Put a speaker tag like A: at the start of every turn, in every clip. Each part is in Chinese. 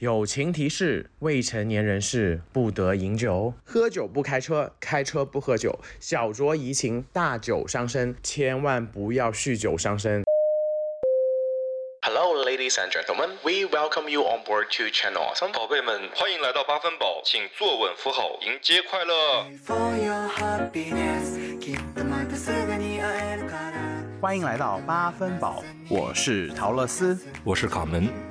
A: 友情提示：未成年人士不得饮酒，喝酒不开车，开车不喝酒，小酌怡情，大酒伤身，千万不要酗酒伤身。Hello, ladies and gentlemen. We welcome you on board to Channel
B: 三宝贝们，欢迎来到八分饱，请坐稳扶好，迎接快乐。
C: for your happiness きっとまたすぐに会えるから
A: 欢迎来到八分饱，我是陶乐斯。
B: 我是卡门。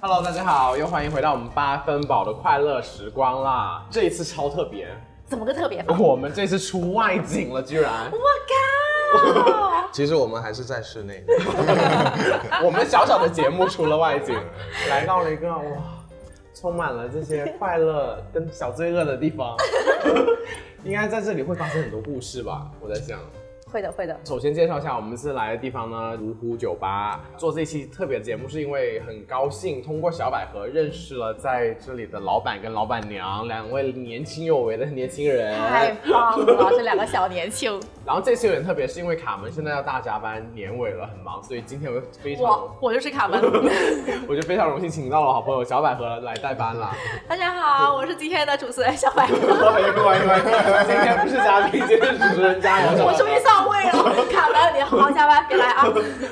A: Hello，大家好，又欢迎回到我们八分饱的快乐时光啦！这一次超特别，
D: 怎么个特别法？
A: 我们这次出外景了，居然。
D: 我靠！
E: 其实我们还是在室内，
A: 我们小小的节目出了外景，来到了一个哇，充满了这些快乐跟小罪恶的地方， 应该在这里会发生很多故事吧？我在想。
D: 会的，会的。
A: 首先介绍一下，我们是来的地方呢，芜湖酒吧。做这期特别节目是因为很高兴通过小百合认识了在这里的老板跟老板娘两位年轻有为的年轻人。
D: 太棒了，这两个小年轻，
A: 然后这次有点特别，是因为卡门现在要大加班，年尾了很忙，所以今天我非常
D: 我我就是卡门。
A: 我就非常荣幸请到了好朋友小百合来代班啦。
D: 大家好，我是今天的主持人小 白，我
A: 欢迎欢迎欢迎！今天不是嘉宾，今天是主持人加油！
D: 终于上位了。卡门，你好好下班，别来啊！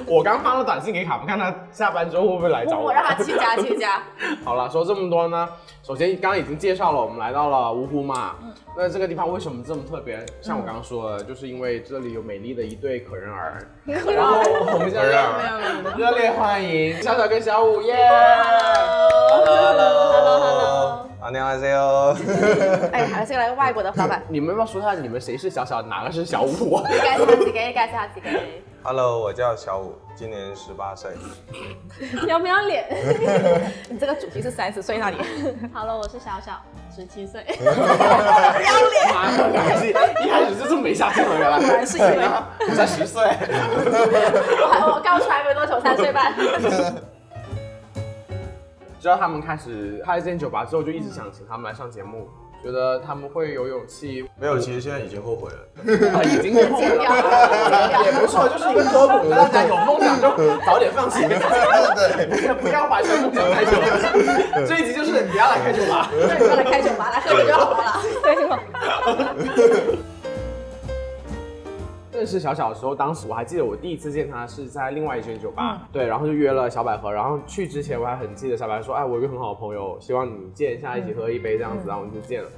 A: 我刚发了短信给卡门，看他下班之后会不会来找
D: 我
A: 我。
D: 我让他去家去家。
A: 好了，说这么多呢，首先刚刚已经介绍了，我们来到了芜湖嘛。那这个地方为什么这么特别？像我刚刚说的，就是因为这里有美丽的一对可人儿。然后我们现在热烈欢迎小小跟小五耶！
D: 哎 Hello，Hello，Hello。
E: 안녕하세요。
D: 哎，还是来个外国的老板，
A: 你们要不要说一下你们谁是小小，哪个是小五啊？
D: 该是他自己，该是他自己。
E: Hello，我叫小五，今年十八岁。
D: 要不要 脸？你这个主题是三十岁 那里。
F: Hello，我是小小，十七岁。
A: 妈的，感谢！一开始就是没下线了，原来
D: 然是以为
A: 我才十岁。
D: 我还我刚出来没多久，三岁半。
A: 知道他们开始开这间酒吧之后，就一直想请他们来上节目，觉得他们会有勇气，
E: 没有，其实现在已经后悔了。
A: 啊、已经很后悔
D: 剪掉
A: 了，也不错，就是一个科普，大家有梦想就早点放弃，
E: 对，
A: 不要怀揣梦想太久。这一集就是你要来开酒吧。
D: 对，过来开酒吧，来喝酒就好了。
A: 认识小小的时候，当时我还记得我第一次见他是在另外一间酒吧，对，然后就约了小百合，然后去之前我还很记得小百合说，哎，我有一个很好的朋友，希望你见一下，一起喝一杯这样子，然后我们就见了，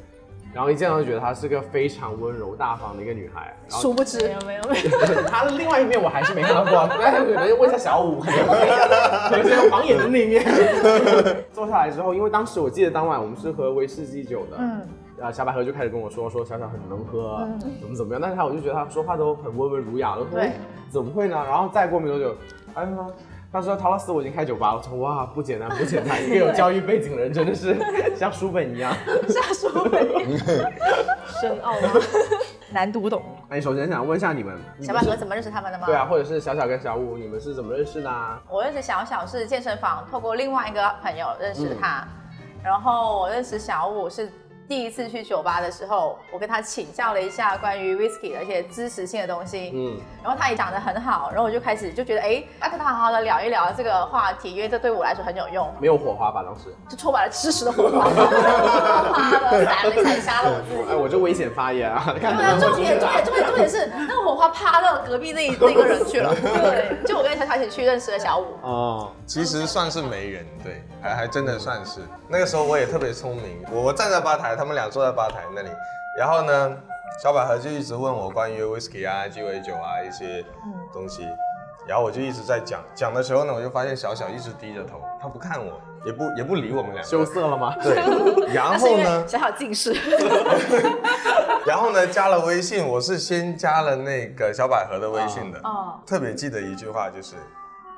A: 然后一见到就觉得她是个非常温柔大方的一个女孩，然后
D: 殊不知，没有没有没有，
A: 她的另外一面我还是没看到过，大家可能问一下小五，可能有些晃眼的那一面。坐下来之后，因为当时我记得当晚我们是喝威士忌酒的，嗯。啊，小百合就开始跟我说说小小很能喝，怎么怎么样，但是她我就觉得她说话都很温文儒雅，我说
D: 对
A: 怎么会呢？然后再过没多久，哎妈，她说陶拉斯我已经开酒吧了，我说哇不简单不简单，一个有教育背景的人真的是像书本一样。
D: 下说回深奥啊吗？ 难读懂。
A: 哎，首先想问一下你们，你
D: 小
A: 们
D: 百
A: 是
D: 合怎么认识他们的吗？
A: 对啊，。或者是小小跟小五，你们是怎么认识的、啊？
D: 我认识小小是健身房透过另外一个朋友认
E: 嗯
D: 识他，然后我认识小五是第一次去酒吧的时候，我跟他请教了一下关于 whisky 的一些知识性的东西，
A: 嗯，
D: 然后他也讲得很好，然后我就开始就觉得，哎，要跟他好好的聊一聊这个话题，因为这对我来说很有用，
A: 没有火花吧？当时，
D: 就充满了知识的火 花，妈的，闪了闪瞎了我自己。
A: 哎，我这危险发言啊！看能
D: 对啊，
A: 不能
D: 重
A: 出去
D: 点重
A: 打
D: 点重点重点是那个火花啪到隔壁那一那个人去 了。对，就我跟小小一起去认识了小五。
A: 哦，
E: 其实算是媒人，对，还还真的算是。那个时候我也特别聪明，我我站在吧台，他们俩坐在吧台那里，然后呢，小百合就一直问我关于 whisky 啊、鸡尾酒啊一些东西，然后我就一直在讲，讲的时候呢，我就发现小小一直低着头，他不看我，也不也不理我们俩，
A: 羞涩了吗？
E: 对，然后 呢？
D: 小小近视，
E: 然后呢，加了微信，我是先加了那个小百合的微信的，
D: 哦，
E: 特别记得一句话就是，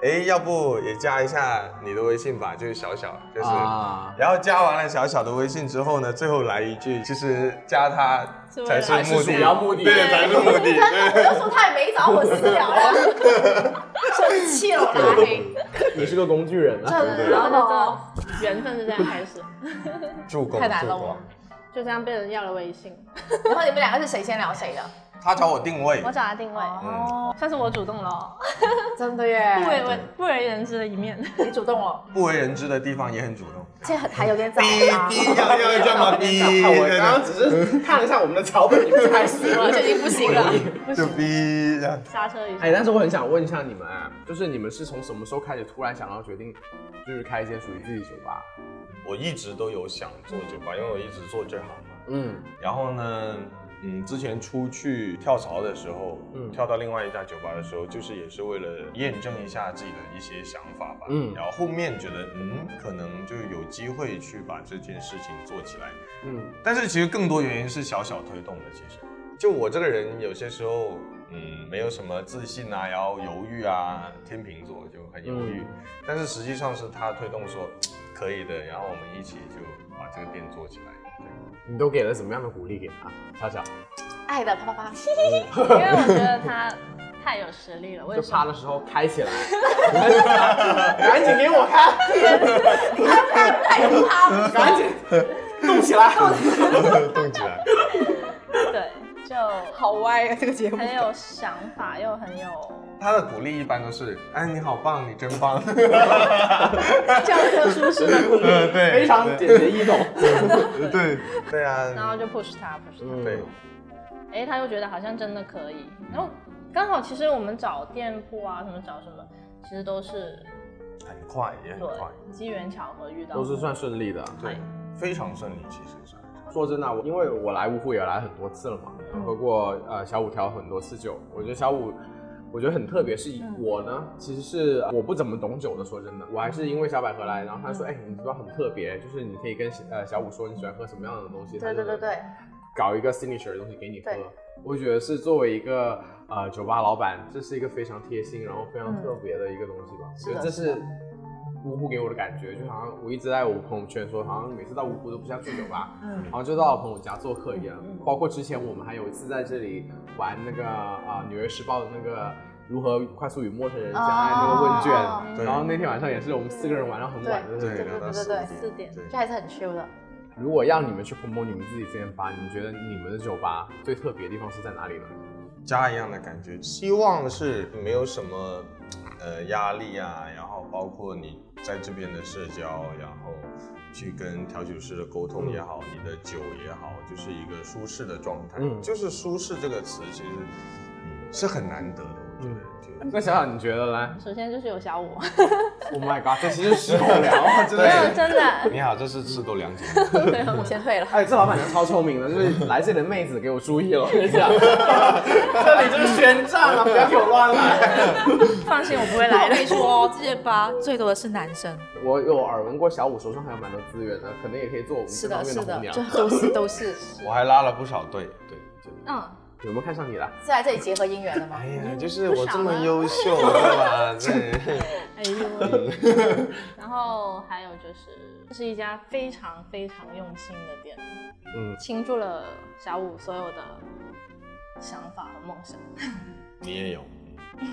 E: 哎，要不也加一下你的微信吧，就是小小，就是。
A: 啊，
E: 然后加完了小小的微信之后呢，最后来一句，其实加他
F: 是为
E: 才
F: 了
E: 是目
A: 是
E: 的，
A: 主要目的
E: 对，才是目的，
D: 真的，
E: 对。
D: 我就说他也没找我私聊呀，生气了我拉黑，
A: 你是个工具人啊。
D: 真
F: 然
D: 的
F: 后
D: 哦
F: 就这缘分就这样开始，
E: 助攻，
D: 太难了
E: 助攻
F: 就这样被人要了微信，
D: 然后你们两个是谁先聊谁的？
E: 他找我定位嗯
F: 我，找他定位，
D: 哦，
F: 算是我主动了哦，
D: 真的
F: 不为
D: 耶，
F: 为不为人知的一 面。
D: 你主动了，
E: 不为人知的地方也很主 动。
D: 这很还有点早
E: 逼
D: 啊。
E: 逼要要这 么逼，
A: 我刚刚只是看了一下我们的脚本，你们开始
D: 我这已经不行了，
E: 就逼这样。
F: 刹车一下
A: 哎，，但是我很想问一下你们啊，就是你们是从什么时候开始突然想要决定，就是开一间属于自己酒吧？
E: 我一直都有想做酒吧，因为我一直做这行嘛。
A: 嗯，
E: 然后呢，嗯，之前出去跳槽的时候，
A: 嗯
E: 跳到另外一家酒吧的时候，就是也是为了验证一下自己的一些想法吧。
A: 嗯
E: 然后后面觉得，嗯，可能就有机会去把这件事情做起来。
A: 嗯，
E: 但是其实更多原因是小小推动的。其实，就我这个人有些时候，嗯，没有什么自信啊，然后犹豫啊，天秤座就很犹豫。但是实际上是他推动说嗯可以的，然后我们一起就把这个店做起来。对
A: 你都给了什么样的鼓励给他？小小，
D: 爱的啪啪啪，
F: 因为我觉得他太有实力了，为
A: 就
F: 什
A: 啪
F: 么？
A: 的时候开起来，赶紧给我开，
D: 太啪啪，
A: 赶紧动起来，
E: 动起来。
F: 对，就
D: 好歪啊这个节 目
F: 很有想法，又很有
E: 他的鼓励一般都是，哎，你好棒，你真棒。
D: 教科书式的鼓励，
E: 呃， 对，
A: 非常简洁易懂。
E: 对，对
F: 然
E: 啊，
F: 后就 push 他，push 他，
E: 对，
F: 哎、他就觉得好像真的可以。然后刚好其实我们找店铺啊，什么找什么，其实都是
E: 很快也很
F: 对
E: 快，
F: 机缘巧合遇到，
A: 都是算顺利的。
E: 对，非常顺利，其实是。
A: 说真的啊，我因为我来芜湖也来很多次了嘛，喝过呃小五调很多次酒，我觉得小五。我觉得很特别，是以我呢，其实是呃我不怎么懂酒的。说真的，我还是因为小百合来，然后他说，哎，你这道很特别，就是你可以跟呃小五说你喜欢喝什么样的东西，
D: 对对对对，
A: 搞一个 signature 的东西给你喝
D: 对。
A: 我觉得是作为一个呃酒吧老板，这是一个非常贴心，然后非常特别的一个东西吧。我觉得这是芜湖给我的感觉，就好像我一直在我朋友圈说，好像每次到芜湖都不是要去酒吧，
D: 嗯
A: 好像就到了朋友家做客一样。包括之前我们还有一次在这里玩那个啊、呃《纽约时报》的那个。如何快速与陌生人相爱那个问卷，
D: 哦
E: 对
A: 然后那天晚上也是我们四个人玩到很晚的那种。
D: 对对对对
F: 四点
E: 对
D: 这还是很 chill 的。
A: 如果让你们去 promote 你们自己这间吧，你们觉得你们的酒吧最特别的地方是在哪里呢？
E: 家一样的感觉。希望是没有什么呃压力啊，然后包括你在这边的社交，然后去跟调酒师的沟通也好，你的酒也好，就是一个舒适的状态。
A: 嗯
E: 就是舒适这个词，其实嗯是很难得的，我觉得。就
A: 那小小你觉得呢
F: 首先就是有小五，
A: ？Oh my god，这其实是狗粮啊，真
F: 没
A: 的。
F: 有真的，
E: 你好，这是吃狗粮节目。
D: 我先退了。
A: 哎，这老板娘超聪明的，就是来这里的妹子给我注意了，我跟你 讲，这里就是宣战了，不要给我乱来。
F: 放心，我不会来的。
D: 说，这些吧最多的是男生，
A: 我有耳闻过小五手上还有蛮多资源的，可能也可以做我们
D: 是
A: 这方
D: 的，
A: 面
D: 是
A: 红娘
D: 的，就。都是都是，
E: 我还拉了不少队，对，真的。
F: 嗯，
A: 有没有看上你了？
D: 是来这里结合姻缘的吗
E: 哎？呀，就是我这
D: 啊
E: 么优秀，对吧？对，
F: 哎呦喂， 然后还有就是，这是一家非常非常用心的店，
A: 嗯，
F: 倾注了小五所有的想法和梦想。
E: 你也有。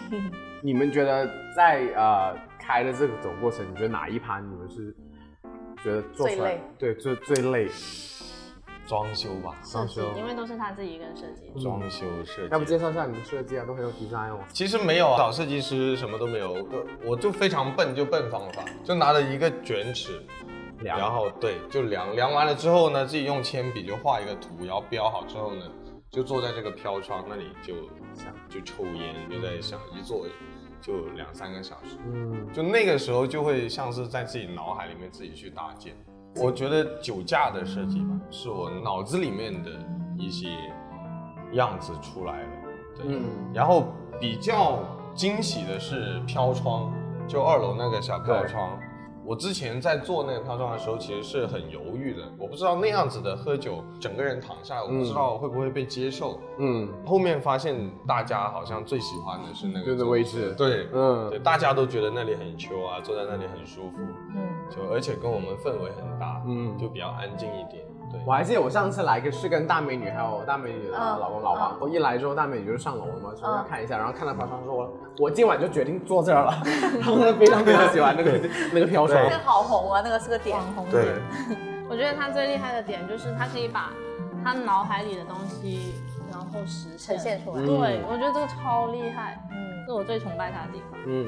A: 你们觉得在呃开的这个种过程，你觉得哪一盘你们是觉得做出
D: 最
A: 来
D: 累
A: 对最最累？
E: 装修吧，
F: 设计
A: 装修，嗯
F: 因为都是他自己一个人设计。
E: 装修设计。
A: 要不介绍一下你们设计啊，都很有 design 哦。
E: 其实没有啊，找设计师什么都没有，我就非常笨，就笨方法，就拿着一个卷尺，
A: 凉
E: 然后对，就量量完了之后呢，自己用铅笔就画一个图，然后标好之后呢，就坐在这个飘窗那里就就抽烟，就在想一坐就两三个小时，
A: 嗯，
E: 就那个时候就会像是在自己脑海里面自己去搭建。我觉得酒架的设计吧，是我脑子里面的一些样子出来了。对，
A: 嗯
E: 然后比较惊喜的是飘窗，就二楼那个小飘窗，我之前在做那个飘装的时候，其实是很犹豫的，我不知道那样子的喝酒，整个人躺下，我不知道会不会被接受。
A: 嗯，
E: 后面发现大家好像最喜欢的是那个
A: 就是
E: 坐
A: 位置
E: 对，
A: 嗯
E: 对，大家都觉得那里很秋啊，坐在那里很舒服，
F: 嗯，
E: 就而且跟我们氛围很搭，
A: 嗯
E: 嗯，就比较安静一点。对，
A: 我还记得我上次来个是跟大美女还有大美女的
D: 嗯
A: 老公老王，
D: 嗯
A: 我一来之后大美女就上楼了嘛，说要
D: 嗯
A: 看一下，然后看到飘窗说，我我今晚就决定坐这 儿了，然后她非常非常喜欢那个那个飘窗
D: 那，个好红啊，那个是个点。
F: 网红。
E: 对，
F: 我觉得他最厉害的点就是他可以把他脑海里的东西，然后实
D: 呈现
A: 嗯
D: 出来
F: 对，我觉得这个超厉害，
D: 嗯，
F: 是我最崇拜他的地方。
A: 嗯，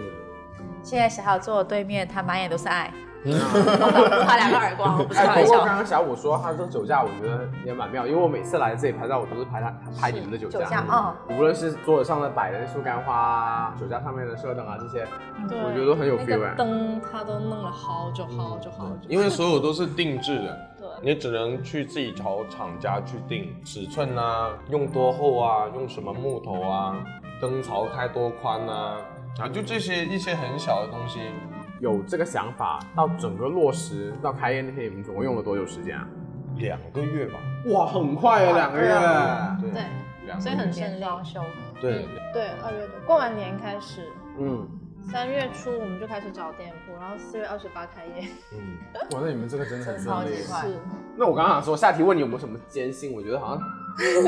D: 现在小小坐我对面，他满眼都是爱，
A: 嗯
E: 嗯
D: 他两个耳光，我不是 开
A: 哎，
D: 玩
A: 不过
D: 笑
A: 刚。刚小五说他这个酒架，我觉得也蛮妙，因为我每次来这里拍照，我都是拍他拍你们的酒
D: 酒
A: 架，
D: 架，嗯，
A: 无论是桌子上的摆的树干花啊，酒架上面的射灯啊这些，
F: 对，
A: 我觉得都很有
F: 那
A: feel 哎
F: 个灯他都弄了好久好久好久。
E: 因为所有都是定制的，
A: 嗯
F: 对，
E: 你只能去自己找厂家去定尺寸啊，用多厚啊，用什么木头啊，灯槽开多宽啊，啊，就这些一些很小的东西。
A: 有这个想法到整个落实到开业那天，你们总共用了多久时间啊？
E: 两个月吧，
A: 哇，很快啊，两个月。
E: 对
F: 对，
E: 两
F: 所
E: 个
F: 以
E: 月
F: 很顺利。
D: 装修，
E: 对，
F: 对，二月多过完年开始，
A: 嗯，
F: 三月初我们就开始找店铺，然后四月二十八开业。
E: 嗯，
A: 哇，那你们这个真的很
D: 真超
A: 顺利
D: 级。快。
A: 那我刚刚想说，下题问你有没有什么坚信？我觉得好像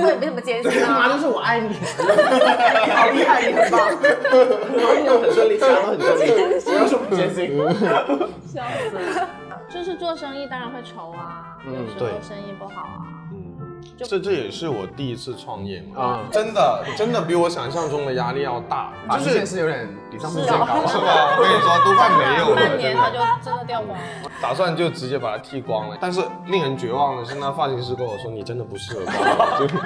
D: 我也没什么坚信
A: 妈
D: 啊
A: 就。是我爱你，你好厉害，你很棒，然后你又很顺利，其他都很顺 利，我有什么坚信？
F: 笑死！就是做生意当然会愁啊，
A: 嗯
F: 有时候
E: 对
F: 生意不好啊，
E: 嗯，这这也是我第一次创业嘛，
A: 啊
E: 真的真的比我想象中的压力要大，
A: 啊，
E: 就
A: 这件
E: 是
A: 事有点比上次
D: 是
A: 更
D: 啊
A: 高
E: 是
A: 了。
E: 吧？我跟你说，都快没有
F: 半
E: 了，
F: 年
E: 真
F: 啊他
E: 的，
F: 就真的掉光了。
E: 打算就直接把它剃光了。但是令人绝望的是，那发型师跟我说，你真的不适合光头，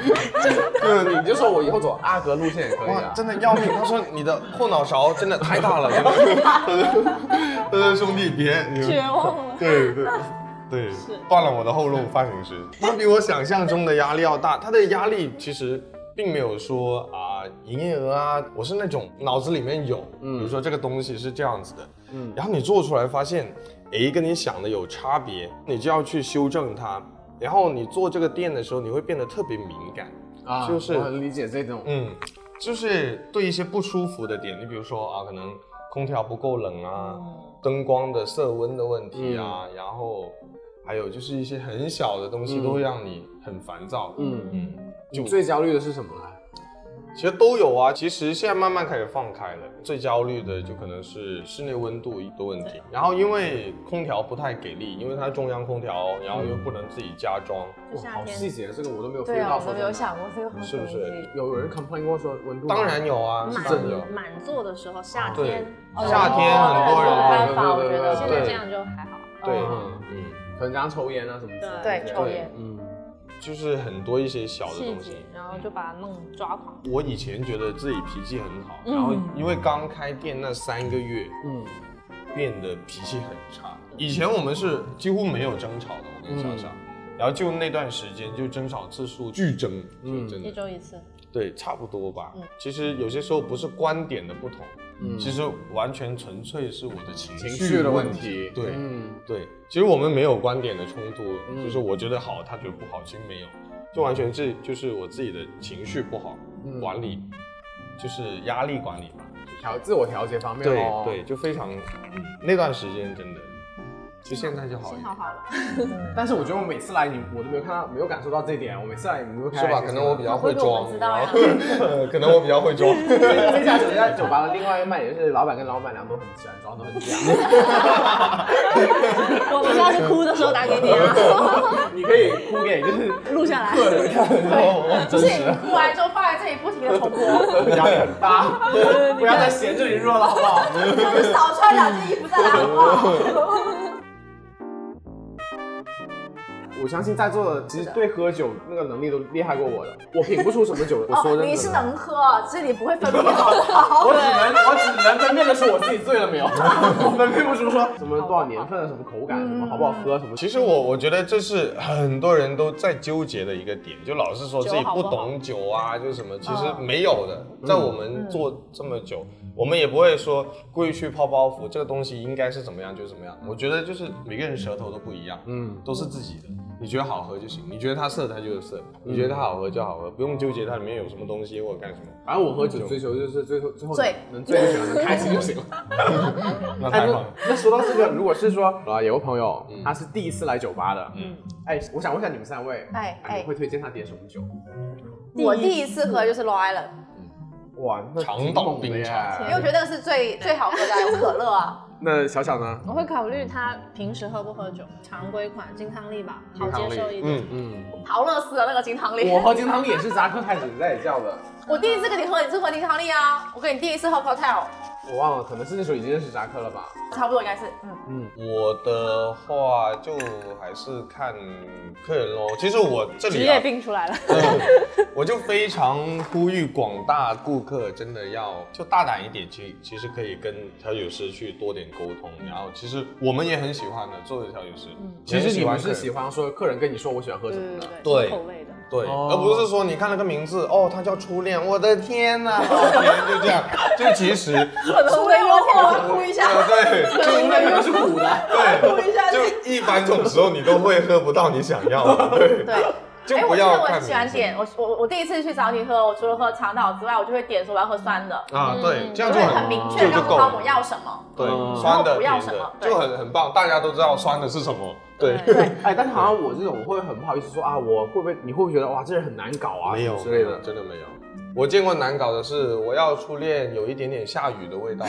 A: 嗯， 你就说我以后走阿格路线也可以
E: 哇，
A: 啊。
E: 真的要命！他说你的后脑勺真的太大了，真的。他说兄弟别，你
F: 绝望了
E: 对对对，断了我的后路，发型师。他比我想象中的压力要大，他的压力其实并没有说啊、营业额啊，我是那种脑子里面有，比如说这个东西是这样子的，
A: 嗯
E: 嗯，然后你做出来发现，诶，跟你想的有差别，你就要去修正它。然后你做这个店的时候，你会变得特别敏感，
A: 啊，
E: 就是
A: 我很理解这种。
E: 嗯，就是对一些不舒服的点，你比如说啊，可能空调不够冷啊，灯光的色温的问题啊，然后还有就是一些很小的东西
A: 嗯
E: 都会让你很烦躁。嗯
A: 嗯，
E: 嗯，
A: 你最焦虑的是什么啊？
E: 其实都有啊。其实现在慢慢开始放开了，最焦虑的就可能是室内温度的问题。然后因为空调不太给力，因为它中央空调，然后又不能自己加装，
F: 就夏
A: 好细节，
F: 天，
A: 这个我都没有
D: 对
A: feel
D: 啊，
A: 到。
D: 我都没有想过这个很
E: 是不是
D: 神奇
A: 有人 complain 过说温度吗，
E: 当然有啊，是真的有。
F: 满满座的时候，夏
E: 对
F: 天，
D: 哦
E: 夏天很多人
D: 没有办法，我
A: 对对
D: 觉
A: 对
D: 得
F: 现
E: 对
F: 在这样就还好。
E: 对，
A: 嗯
E: 嗯。
A: 可能加上抽烟啊什么之类的。
F: 对
D: 对抽烟，
A: 嗯，
E: 就是很多一些小的
F: 细
E: 东
F: 节
E: 西。，
F: 然后就把它弄抓狂。
E: 我以前觉得自己脾气很好，
F: 嗯
E: 然后因为刚开店那三个月，
A: 嗯，
E: 变得脾气很差。以前我们是几乎没有争吵的，我跟莎莎，然后就那段时间就争吵次数剧增，
A: 嗯
E: 嗯就真
F: 一
E: 的
F: 周一次，
E: 对，差不多吧。其实有些时候不是观点的不同，其实完全纯粹是我的情
A: 嗯情
E: 绪
A: 绪的问
E: 问
A: 题。
E: 对，
A: 嗯
E: 对，其实我们没有观点的冲突，
A: 嗯
E: 就是我觉得好，他觉得不好，其实没有，就完全是就是我自己的情绪不好，
A: 嗯
E: 管理就是压力管理嘛。
A: 调自我调节方面
E: 对
A: 哦。
E: 对，就非常、那段时间真的，就现在就好一
F: 幸
E: 点
F: 好，好了。
A: 但是我觉得我每次来你，我都没有看到，没有感受到这一点。我每次来你们都开
E: 是吧？
A: 开
E: 可
A: 心
E: 能我
A: 心
E: 比
A: 的
E: 较会
D: 我
E: 装
D: 们，知道
E: 然
D: 呀
E: 后 可能我比较 会装。
A: 这家酒家酒吧的另外一半也是老板跟老板娘都很喜欢装，都很假。
F: 我们下次哭的时候打给你 啊，
A: 你可以哭给就是
F: 录下来。
A: 客人看，然 后我
D: 不
A: 真
D: 是
A: 实
D: 你哭完之后放在这里不停的重播，
A: 压力很大，不要再嫌这里热了，好不好？
D: 就少穿两件衣服再来好不好？
A: 我相信在座的其实对喝酒那个能力都厉害过我的，我品不出什么酒。我说
D: 哦，
A: 真
D: 你
A: 的啊
D: 是，能喝，只是你不会分辨好不 好
A: 我？只能我只能分辨的是我自己醉 了没有，我分辨不出说什么多少年份、什么口感、什
D: 嗯
A: 么好不好喝什么。
E: 其实我我觉得这是很多人都在纠结的一个点，就老是
F: 嗯
E: 说自己不懂酒啊，就是什么，其实没有的。在我们做这么久，我们也不会说故意去抛包袱，这个东西应该是怎么样就怎么样。我觉得就是每个人舌头都不一样，
A: 嗯，
E: 都是自己的，你觉得好喝就行，你觉得它涩它就有涩，你觉得它好喝就好喝，不用纠结它里面有什么东西或者干什么。
A: 反正我喝酒追求就是最后最后
D: 醉
A: 能醉就行，能开心就行了。
F: 嗯
E: 那
A: 哎，
E: 太
A: 那
E: 棒了，
A: 那说到这个，如果是说啊，有个朋友他是第一次来酒吧的，嗯，哎，我想问一下你们三位，
D: 哎
A: 啊你
D: 哎
A: 会推荐他点什么酒？
D: 我第一次喝就是 Long Island，
A: 哇，那
E: 长
A: 挺
E: 岛
A: 猛的
E: 冰
A: 耶
E: 茶
D: 因为我觉得那个是
A: 嗯
D: 最最好喝的，有可乐啊，
A: 那小小呢？
F: 我会考虑他平时喝不喝酒，常规款金汤力吧，好
A: 金汤
F: 接
A: 力
F: 受一点。
E: 嗯，
A: 嗯，
D: 陶乐斯的那个金汤力。
A: 我喝金汤力也是扎克开始在叫的，
D: 我第一次跟你喝，你是喝金汤力啊，我跟你第一次喝 cocktail，
A: 我忘了，可能是那时候已经认识扎克了吧？
D: 差不多应该是，嗯，
E: 我的话就还是看客人喽。其实我这
F: 职
E: 里、
F: 业
E: 啊，
F: 病出来了，
E: 嗯我就非常呼吁广大顾客真的要就大胆一点去，其实可以跟调酒师去多点沟通。然后其实我们也很喜欢的，作为调酒师，
A: 其实你们是
E: 客人
A: 喜欢说客人跟你说我喜欢喝
F: 对
A: 什
F: 对
A: 么的，
F: 对，
E: 嗯对
F: 重口味的。
E: 对，
A: 哦
E: 而不是说你看了个名字，哦，他叫初恋，我的天呐，好甜，就这样，就其实，
D: 除了我天，我会哭一下，
A: 呃
E: 对，就
A: 应该应该是苦的。
D: 哭一下
E: 对，就一般这种时候你都会喝不到你想要的，对，
D: 对。
E: 就
D: 哎，我
E: 不
D: 记得
E: 要
D: 我
E: 看
D: 很喜欢
E: 名字
D: 点，我我我第一次去找你喝，我除了喝长岛之外，我就会点说我要喝酸的，
E: 啊，对，这样
D: 就
E: 就
D: 会很明确
E: 这就
D: 告
E: 够
D: 诉他我
E: 了，
D: 要什么。
E: 对
A: 嗯，
E: 酸
D: 然后
E: 的
D: 不要
E: 甜
D: 什么
E: 的
D: 对
E: 就很很棒，大家都知道酸的是什么，对，
A: 哎，但是好像我这种我会很不好意思说啊，我会不会你会不会觉得哇，这人很难搞啊
E: 没有
A: 之类的？
E: 真的没有。我见过难搞的是，我要初恋有一点点下雨的味道，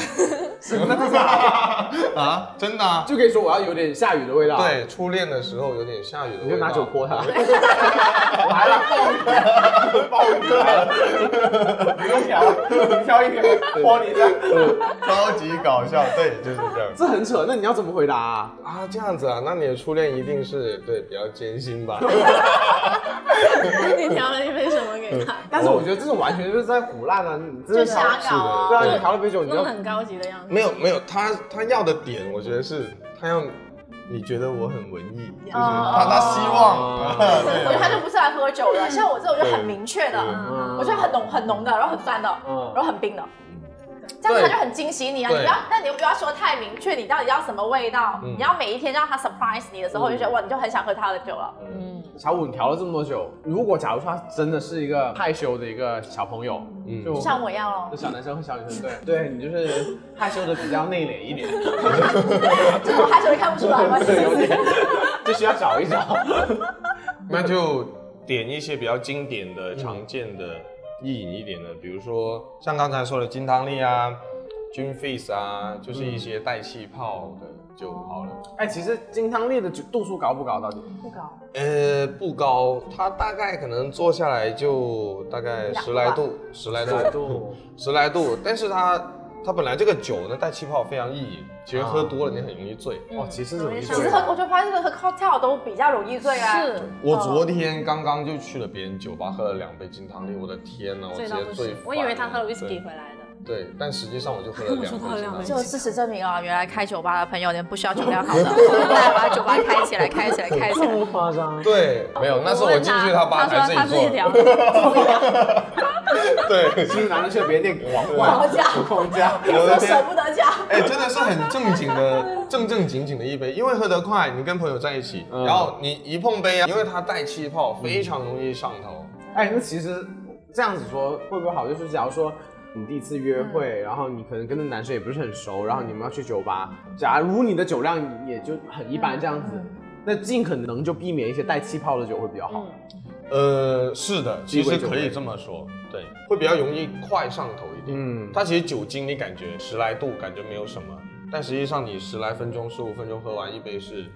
E: 真的 啊，真的啊，
A: 就可以说我要有点下雨的味道。，
E: 对，初恋的时候有点下雨的味道，
A: 你就拿酒泼他。 我 来了，暴雨来了，不用调，你挑一瓶泼你的，
E: 超级搞笑，对，就是这样。
A: 这很扯。那你要怎么回答啊？
E: 啊，这样子啊，那你的初恋一定是对比较艰辛吧？
F: 你调了一杯什么给他？
A: 但
E: 哦
A: 是我觉得这种完全就是在胡乱啊，你真的
D: 就
A: 想
D: 瞎搞啊
A: 对啊，你
F: 对
A: 调了杯酒，你
F: 弄
A: 就
F: 得很高级的样子。
E: 没有没有，他他要的点，我觉得是他要你觉得我很文艺，就是他他希 望，
A: 啊
D: 我觉得他就不是来喝酒的，像我这种就很明确的，
E: 对
A: 嗯
D: 我觉得很浓很浓的，然后很酸的，
A: 嗯
D: 然后很冰的，这样子他就很惊喜你啊！你
E: 对
D: 不要，但你又不要说太明确，你到底要什么味道？
A: 嗯
D: 你要每一天让他 surprise 你的时候，就觉得哇，你就很想喝他的酒了。
F: 嗯，
A: 小五，你调了这么多酒，如果假如说他真的是一个害羞的一个小朋友，
E: 嗯
A: 就
D: 像我一样咯
A: 就，小男生和小女生，对，对你就是害羞的比较内敛一点，
D: 这我害羞也看不出来 吗？
A: 对，有点，就需要找一找。
E: 那就点一些比较经典的、常见的、意淫一点的，比如说像刚才说的金汤力啊、君 face 啊，就是一些带气泡的就好了。
A: 哎，其实金汤力的酒度数高不高？到底？
D: 不高，
E: 呃，不高，它大概可能坐下来就大概十来度，十来度，
A: 度。
E: 十来度。但是它它本来这个酒呢带气泡非常易饮，其实喝多了你很容易醉。
F: 嗯
A: 哦，其实容易
D: 其实
A: 醉
D: 喝，我就发现这个喝 cocktail 都比较容易醉啊。
F: 是
E: 我昨天刚刚就去了别人酒吧喝了两杯金汤力，我的天呐，我直
F: 醉到
E: 接
F: 不
E: 醉
F: 行
E: 翻。
F: 我以为他喝了
E: 对
F: whisky 回来的，
E: 对，但实际上我就喝了
F: 我
E: 两
F: 说他
E: 杯
F: 喝了
E: 金汤
F: 两杯
E: 力
D: 就。事实证明啊，原来开酒吧的朋友，你们不需要酒 量好的，大家把酒吧开起来，开起来，开起来。
A: 么夸张？
E: 对，没有，那是我进去他吧
F: 他
E: 台
F: 说他
E: 自
F: 自
E: 己
F: 己
E: 做
F: 调
E: 的。
F: 的。
E: 对，
A: 其实男的去别人店狂
D: 狂
A: 灌，
D: 加，
A: 狂加。
E: 我的
D: 都
E: 天
D: 舍，不得加。
E: 哎，真的是很正经的，正正经经的一杯，因为喝得快，你跟朋友在一起，
A: 嗯
E: 然后你一碰杯啊，因为它带气泡，非常容易上头。
A: 哎，那其实这样子说会不会好？就是假如说你第一次约会，然后你可能跟那男生也不是很熟，然后你们要去酒吧，假如你的酒量也就很一般这样子，那尽可能就避免一些带气泡的酒会比较好。
E: 呃，是的，其
A: 鸡尾
E: 实
A: 酒
E: 可以这么说，对，会比较容易快上头一点。
A: 嗯
E: 它其实酒精你感觉十来度感觉没有什么，但实际上你十来分钟、十五分钟喝完一杯是，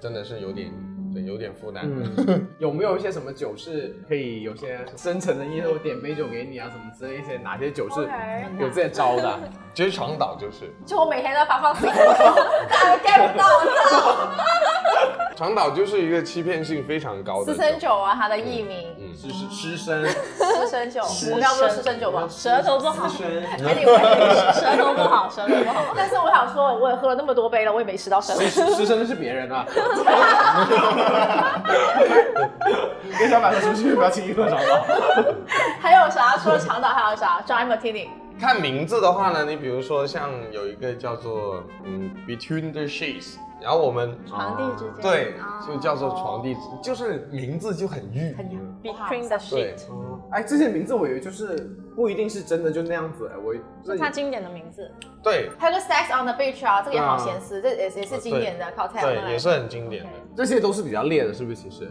E: 真的是有点，对，有点负担。
A: 嗯，有没有一些什么酒是可以有些深层的意思？我点杯酒给你啊，什么之类一些哪些酒是有这些招 的？
E: 其实长岛就是，
D: 就我每天都发放 自己的时候，他 get 不到，我操！
E: 长岛就是一个欺骗性非常高的
D: 私
E: 酒。
D: 生酒啊，它的艺名
A: 是是师生，
D: 私生酒，我们要不说私生酒吧？
F: 舌头不好，
D: 还以为。
F: 舌头不好，舌头不好。
D: 但是我想说，我也喝了那么多杯了，我也没吃到舌头。
A: 师生的是别人 啊。跟小百合出去不要轻易喝长岛。
D: 还有啥？除了长岛还有啥？Dry Martini，
E: 看名字的话呢，你比如说像有一个叫做嗯 Between the Sheets，然后我们
F: 床地之间，
E: 对
F: 哦
E: 就叫做床地，就是名字就很御。
F: between the
E: 对
F: sheet，
A: 哎，这些名字我以为就是不一定是真的，就那样子。哎我
F: 是他经典的名字。
E: 对
D: 还有个 Sex on the Beach 啊，这个也好咸湿，这也也是经典的 cocktail
E: 啊对，也是很经典的。
A: 这些都是比较烈的，是不是？其实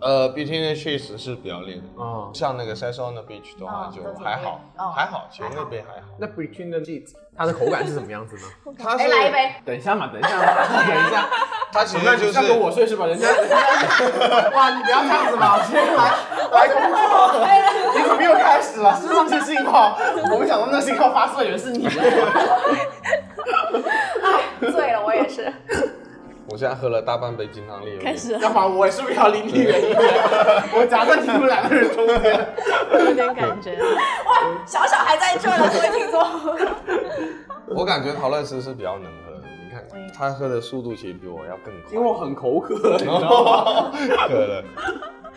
E: 呃，Between the Sheets 是比较练的，
F: 哦
A: 啊，
E: 像那个 Sex on the Beach 的话
D: 哦
E: 就
D: 都挺
E: 还好
D: 练的哦，
E: 还好，其实那边还好。
A: 那 Between the Sheets 它的口感是什么样 子呢？
E: 它
D: 哎，
E: 是
D: 来一杯，
A: 等一下嘛，等一下嘛，等一下。
E: 它其实
A: 哦那
E: 就是
A: 要跟我睡是吧？ 人家，人家哇，你不要这样子嘛！我今天来来工作了，你怎么又开始了？是上次信号，我们想到那信号发射源是你。
D: 醉了我也是。
E: 我现在喝了大半杯金汤力，有点
F: 开始
A: 要不然我是不是要离你远一点？我夹在你们两个人中间。
F: 有点感觉，
D: 哇，小小还在这了，各位听 众。
E: 我感觉陶乐斯是比较能喝的，你看他喝的速度其实比我要更快，
A: 因为我很口 渴，你知道 吗？
E: 渴了，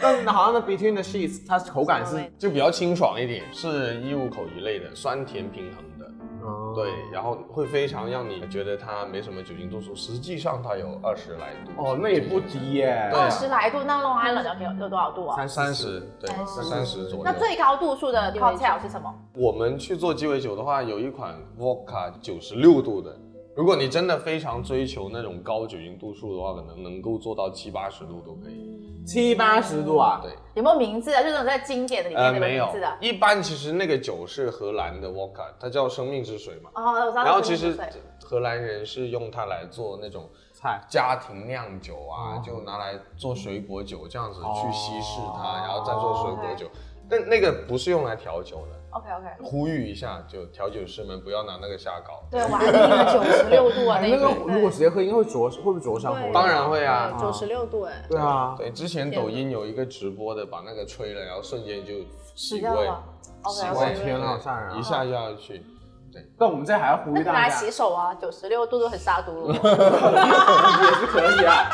A: 但好像那 Between the Sheets，它口感是，
E: 就比较清爽一点，是异物口一类的，酸甜平衡的，
A: 哦
E: 对，然后会非常让你觉得它没什么酒精度数，实际上它有二十来度，
A: 哦，那也不低耶。
E: 对啊
D: 二哦十来度，那 Long Island 有有多少度啊？
E: 三十，对，三十左右。
D: 那最高度数的 cocktail 是什么？
E: 我们去做鸡尾酒的话，有一款 vodka 九十六度的。如果你真的非常追求那种高酒精度数的话，可能能够做到七八十度都可以。
A: 七八十度啊。
E: 对，
D: 有没有名字啊？就是那种在经典的里面
E: 呃，
D: 那个
E: 没
D: 名
E: 有
D: 字的。。
E: 一般其实那个酒是荷兰的 vodka，它叫生命之水嘛。
D: 哦，我知道。
E: 然后其实荷兰人是用它来做那种
A: 菜
E: 家庭酿酒啊，
A: 哦
E: 就拿来做水果酒这样子
A: 哦
E: 去稀释它，然后再做水果酒。但那个不是用来调酒的。
D: OK OK。
E: 呼吁一下，就调酒师们不要拿那个瞎搞。
D: 对，我还是了九十六 度啊，
A: 那
D: 那一
A: 个
D: 种。
A: 如果直接喝，应该会灼，会不会灼伤喉咙？
E: 当然会啊。
F: 九十六度哎，
A: 对啊，
E: 对，之前抖音有一个直播的，把那个吹了，然后瞬间就洗
D: 死掉
E: 胃
D: 了，。OK
A: 啊我的
D: OK。
A: 天啊，好吓人
E: 一
A: 啊！
E: 下就要去。
A: 但我们这还要呼
D: 那
A: 吁
D: 你拿
A: 大
D: 来
A: 家，
D: 洗手啊，九十六度都很杀毒了。
A: 也是可以啊，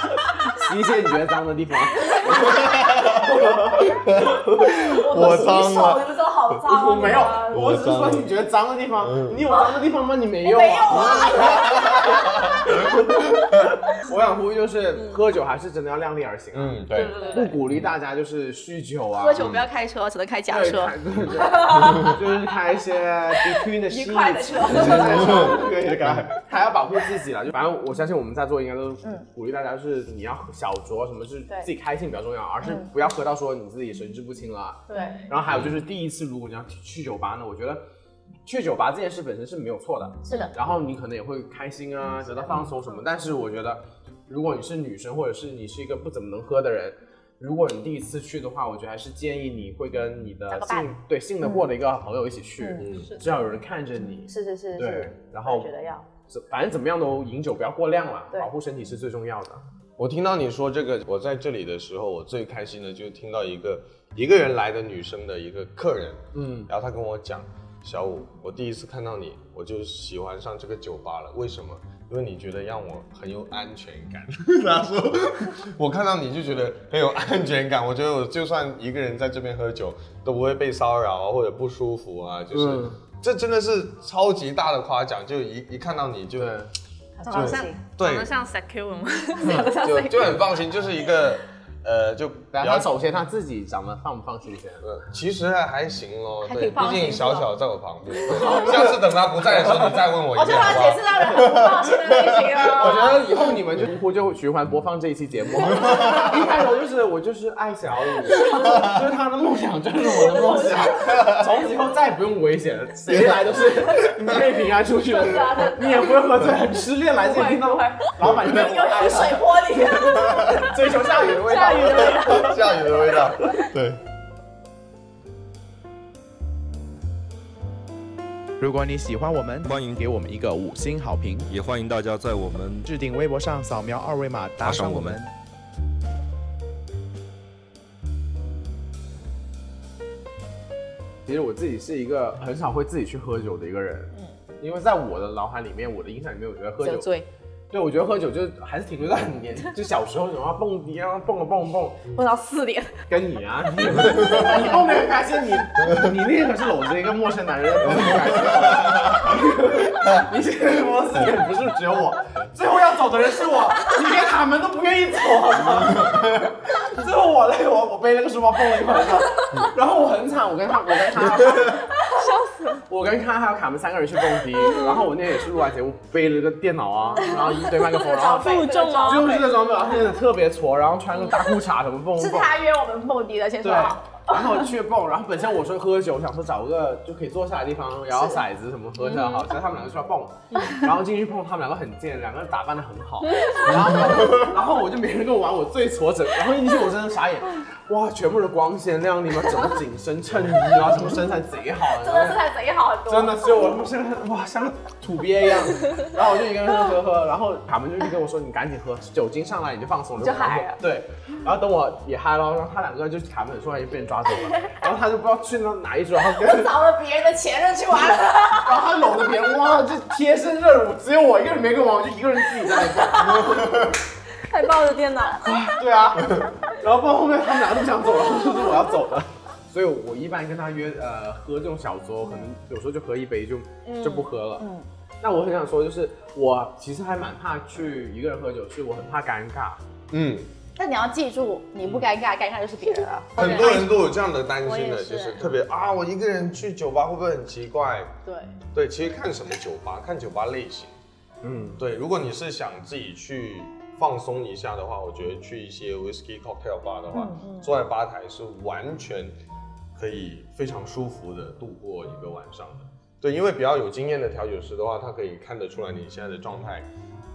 A: 洗一些你觉得脏的地方。
D: 我洗
E: 脏
D: 手，
E: 了
D: 你们都好脏啊。
A: 我没有，我
E: 我
A: 只是说
E: 脏
A: 你觉得脏的地方，你有脏的地方吗？你没有
D: 没有
A: 啊。
D: 啊。
A: 我想呼吁就是，喝酒还是真的要量力而行啊，
E: 嗯，对。
A: 不鼓励大家就是酗酒啊，
D: 喝酒不要开车，只能开假
A: 对
D: 车，
A: 开对对，就是开一些 between 的
D: 愉快的
A: sheets
D: 车。
A: 可以的，还要保护自己啦。就反正我相信我们在座应该都是鼓励大家，是你要小酌什么，是
D: 对
A: 自己开心比较重要，而是不要喝到说你自己神志不清了。
D: 对，
A: 然后还有就是第一次，如果你要去酒吧呢，我觉得去酒吧这件事本身是没有错的，
D: 是的，
A: 然后你可能也会开心啊，得到放松什么。但是我觉得，如果你是女生，或者是你是一个不怎么能喝的人，如果你第一次去的话，我觉得还是建议你会跟你
D: 找
A: 的
D: 个伴
A: 信对信得过的一个朋友一起去，
D: 嗯
A: 至少有人看着你。
D: 是是是
A: 对
D: 是，，
A: 然
D: 我
A: 后
D: 觉 得要
A: 怎反正怎么样都饮酒不要过量了，
D: 对
A: 保护身体是最重要的。
E: 我听到你说这个，我在这里的时候，我最开心的就是听到一个一个人来的女生的一个客人，
A: 嗯，
E: 然后她跟我讲，小五，我第一次看到你，我就喜欢上这个酒吧了。为什么？因为你觉得让我很有安全 感。她说，我看到你就觉得很有安全感。我觉得我就算一个人在这边喝酒，都不会被骚扰啊，或者不舒服啊，就是。
A: 嗯
E: 这真的是超级大的夸奖，就一一看到你就
A: 对，
F: 长得像
E: 对
F: 长得像 SQ 文，
E: 就就很放心，就是一个呃，就比
A: 然后他
E: 较
A: 首先他自己长得放不放心先？
E: 呃，其实还还行咯，
F: 还
E: 对，
F: 挺
E: 毕
F: 放心
E: 竟
F: 是
E: 小
F: 吧
E: 小在我旁 边，对下次等他不在的时候，你再问我
F: 哦
D: 我
E: 一
D: 就
E: 遍
D: 把
E: 好
D: 它哦
E: 不
D: 解释让人很
E: 好？
D: 不放心的类型 了。啊
A: 我觉得以后你们就乎就循环播放这一期节目， 一开头就是我就是爱小雨，就是他的梦想就是我的梦想，从此以后再也不用危险了，谁来都是你可以平安出去的
D: 真的啊真的，
A: 你也不会喝醉，很失恋来这里听到老板在
D: 有有水泼你，啊
A: 追求下雨的味道，
D: 下雨的味道。
E: 下雨的 味道，对。
A: 如果你喜欢我们，欢迎给我们一个五星好评，
G: 也欢迎大家在我们
A: 置顶微博上扫描二维码打
G: 赏我们。
A: 其实我自己是一个很嗯少会自己去喝酒的一个人，因为在我的脑海里面，我的印象里面，我觉得喝酒
D: 酒醉，
A: 对，我觉得喝酒就还是停留在很年，就小时候然后蹦迪啊，蹦啊蹦啊蹦，
D: 蹦到四点，
A: 跟你啊，你 你蹦的很开心，你你那天可是搂着一个陌生男人，你很开心你现在跟我死也不是只有我，最后要走的人是我，你连卡门都不愿意走好吗？最后我累我我背了个书包蹦了一晚上，然后我很惨，我跟他我跟他。我跟康还有卡门三个人去蹦迪，然后我那天也是录完节目，背了个电脑啊，然后一堆麦克风，然后
D: 负重哦
A: 就是这装备，然后现在特别矬，然后穿个大裤衩什么蹦
D: 是
A: 蹦。
D: 他约我们蹦迪的，先
A: 对
D: 说好。，
A: 然后去蹦，然后本身我说喝酒，想说找个就可以坐下的地方摇摇骰子什么喝着
D: 嗯
A: 好，但他们两个说要蹦，然后进去蹦，他们两个很贱，两个人打扮的很好，然后 然后我就没人跟我玩，我最挫折，然后一进去我真的傻眼，哇，全部的光鲜亮丽嘛，整个紧身衬衣啊，什么身材贼好，
D: 真的是他贼好很多，
A: 真的只有我不是哇，像个土鳖一 样。然后我就一个人喝喝喝，然后卡门就一直跟我说：“你赶紧喝，酒精上来你就放松，
D: 就
A: 不要
D: 嗨
A: 喝
D: 了
A: 对，然后等我也嗨了，然后他两个就卡门突然就被人抓走了，然后他就不知道去那哪一桌，然后跟
D: 找了别人的前任去玩 了。
A: 然后他搂着别人，哇，这贴身任务，只有我一个人没跟我玩，我就一个人自己在那蹦。
F: 还抱着 电脑，
A: 对啊， 然后到后面他们俩都不想走了，我就说我要走了。所以我一般跟他约呃喝这种小酌，可能有时候就喝一杯就、就不喝了。嗯，那我很想说，就是我其实还蛮怕去一个人喝酒，是我很怕尴尬。
E: 嗯，
D: 但你要记住，你不尴尬，尴尬就是别人啊了。
E: 很多人都有这样的担
F: 我
E: 心
F: 也
E: 的，
F: 是
E: 就是特别啊，我一个人去酒吧会不会很奇怪？
D: 对，
E: 对，其实看什么酒吧，看酒吧类型。
A: 嗯，
E: 对，如果你是想自己去放松一下的话，我觉得去一些 whisky cocktail bar 的话，坐在吧台是完全可以非常舒服的度过一个晚上的。对，因为比较有经验的调酒师的话，他可以看得出来你现在的状态，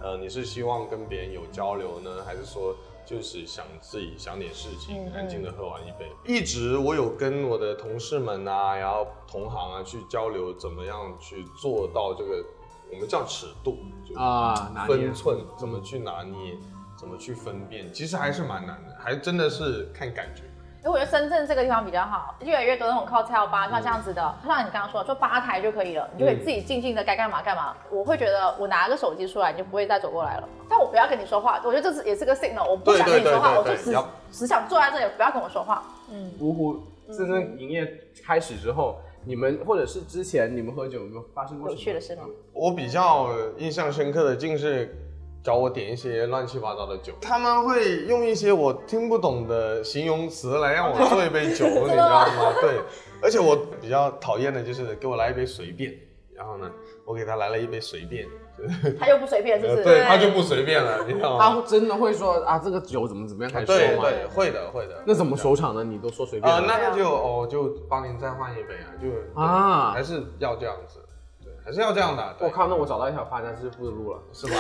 E: 呃，你是希望跟别人有交流呢，还是说就是想自己想点事情，安静的喝完一杯？一直我有跟我的同事们啊，然后同行啊去交流，怎么样去做到这个我们叫尺度，就
A: 啊，拿捏
E: 分寸怎么去拿捏，怎么去分辨，其实还是蛮难的，还真的是看感觉。
D: 因为我觉得深圳这个地方比较好，越来越多那种 cocktail
E: 嗯
D: bar，像这样子的，像你刚刚说，就吧台就可以了，你就可以自己静静的该干嘛干嘛。我会觉得我拿个手机出来，你就不会再走过来了。但我不要跟你说话，我觉得这是也是个 signal，我不想跟你说话，
E: 对对对对
D: 我就只
E: 要
D: 只想坐在这里，不要跟我说话。
A: 芜湖
D: 嗯
A: 真正营业开始之后，你们或者是之前你们喝酒有没有发生过
D: 有趣的事
A: 吗
D: 吗？
E: 我比较印象深刻的竟是找我点一些乱七八糟的酒，他们会用一些我听不懂的形容词来让我做一杯酒，你知道吗？对，而且我比较讨厌的就是给我来一杯随便，然后呢，我给他来了一杯随便，
D: 他又不随便，是不
E: 呃
D: 是？
E: 对他就不随便了，你知道
A: 他
E: 吗？
A: 会真的会说啊，这个酒怎么怎么样开始说
E: 对
A: 吗？
E: 对，会的会的。
A: 那怎么收场呢？你都说随便
D: 啊
E: 呃，
A: 了。
E: 那就哦，就帮您再换一杯啊，就
A: 啊
E: 还是要这样子，对，还是要这样的、啊对
A: 我靠，那我找到一条发家致富的路了。
E: 是吧？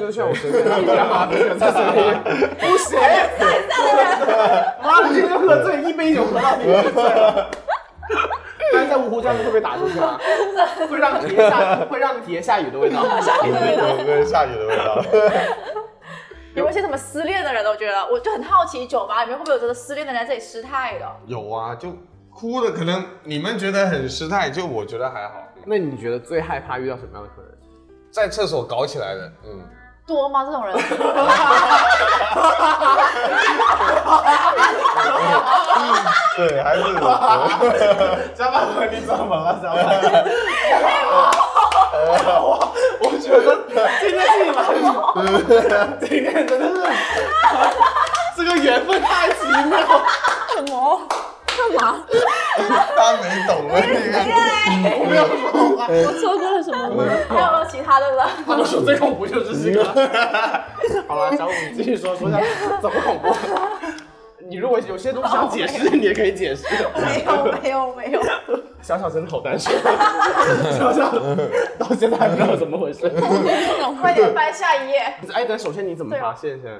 A: 就像我随便一样，在这里 不行， 妈的，这就喝醉，一杯酒喝到你喝醉了。但是在芜湖这样子会被打出去啊，会让体验下会让体验下雨的味道。
E: 有个下雨的味道。
D: 有一些什么失恋的人，我觉得我就很好奇，酒吧里面会不会有这个失恋的人在这里失态的？
E: 有啊，就哭的，可能你们觉得很失态，就我觉得还好。
A: 那你觉得最害怕遇到什么样的客人？
E: 在厕所搞起来的，嗯，
D: 多吗？这种人？
E: 对，还是我
A: 小板哥，你怎么了，小板哥？我我觉得今天是你来，今天真的是这个缘分太奇妙了。
F: 什么？干嘛？
E: 他没懂了，你看，
F: 我错过了什么？
D: 还有没有其他的了？
A: 他们说最恐怖就是这 个。好了，小五，你继续说说一下怎么恐怖。 你如果有些东西想解释，你也可以解释。
D: 没有，没有，没有。
A: 小小真的好单纯， 小小到现在还不知道怎么回 事。
D: 快点翻下一 页。
A: 哎，等首先你怎么发现先？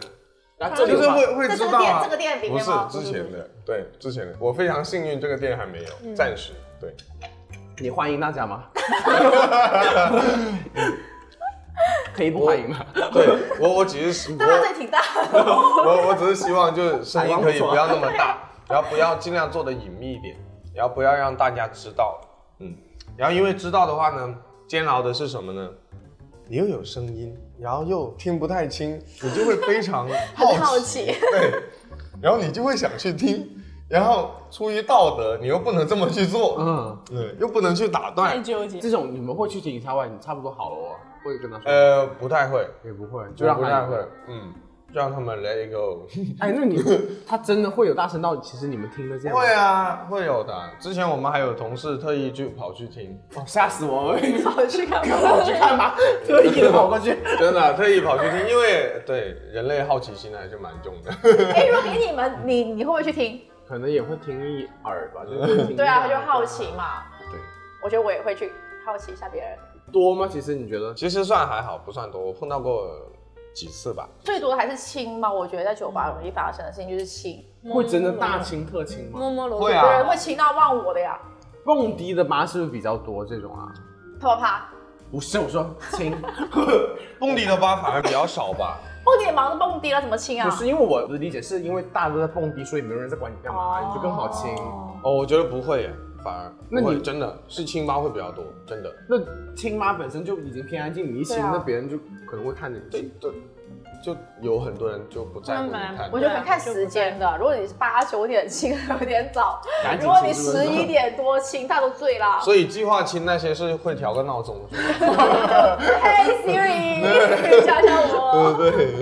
A: 然后这
E: 就
A: 里
E: 是
A: 会
E: 会会
D: 这
E: 知
D: 这
E: 道
D: 个店，
E: 啊
D: 这。个店里
E: 不
D: 面
E: 是
D: 吗？哦
E: 之前的，对之前的，我非常幸运，这个店还没
D: 嗯
E: 有，暂时对。
A: 你欢迎大家吗？可以不欢迎吗？
E: 对我，我只是
D: 那他这
E: 我
D: 里挺大的，
E: 我我只是希望就是声音可以不要那么大，然后不要尽量做的隐秘一点，然后不要让大家知道，嗯，然后因为知道的话呢，煎熬的是什么呢？你又有声音，然后又听不太清，你就会非常
D: 很
E: 好
D: 好奇，
E: 对，然后你就会想去听，然后出于道德，你又不能这么去做，
A: 嗯，
E: 对，又不能去打
F: 太
E: 断，
F: 纠结。
A: 这种你们会去听他外，你差不多好了哦，会跟他说，
E: 呃，不太会，
A: 也不会，就
E: 就
A: 让
E: 让不
A: 他
E: 太会。，嗯，就让他们 let it go。
A: 哎，那你他真的会有大声到，其实你们听得 见吗？
E: 会啊，会有的。之前我们还有同事特意就跑去听，
A: 哦，吓死我了！你
D: 我去看
A: 跟我去看吧，特意的跑过去。
E: 真的啊特意跑去 听，因为对人类好奇心还是蛮重的。
D: 哎，如果给你们，你你会不会去听？
A: 可能也会听一耳吧，就是听
D: 对啊，就好奇。嘛。
A: 啊
E: 对，
D: 我觉得我也会去好奇一下别人。
A: 多吗？其实你觉得？
E: 其实算还好，不算多，我碰到过几次吧。
D: 最多的还是亲嘛，我觉得在酒吧容易发生的事情就是亲，
A: 会真的大
D: 嗯
A: 清特清吗？
F: 摸摸罗，
E: 会
D: 有人
E: 啊，
D: 会亲到忘我的呀，
A: 蹦迪的吧是不是比较多这种啊？
D: 啪啪啪。
A: 不是，我说亲，
E: 蹦迪的吧反而比较少吧。
D: 蹦迪也忙着蹦迪了，怎么亲 啊
A: 不？是因为我的理解是因为大家都在蹦迪，所以没有人在管你干嘛，
D: 哦
A: 你就更好亲。
E: 哦，我觉得不会耶，反而
A: 那你
E: 不会真的是亲妈会比较多，真的。
A: 那亲妈本身就已经偏安静，你一亲，
D: 对啊
A: 那别人就可能会看着你。
E: 对对，就有很多人就不在乎你
F: 他们
E: 看
D: 我。觉得看时间
A: 啊
D: 的，如果你是八九点亲，有点早；
A: 赶紧
D: 如果你
A: 亲是不是
D: 十一点多亲，大家都醉了。
E: 所以计划亲那些是会调个闹钟，是吧
D: 嘿 Siri，教教我。
E: 对，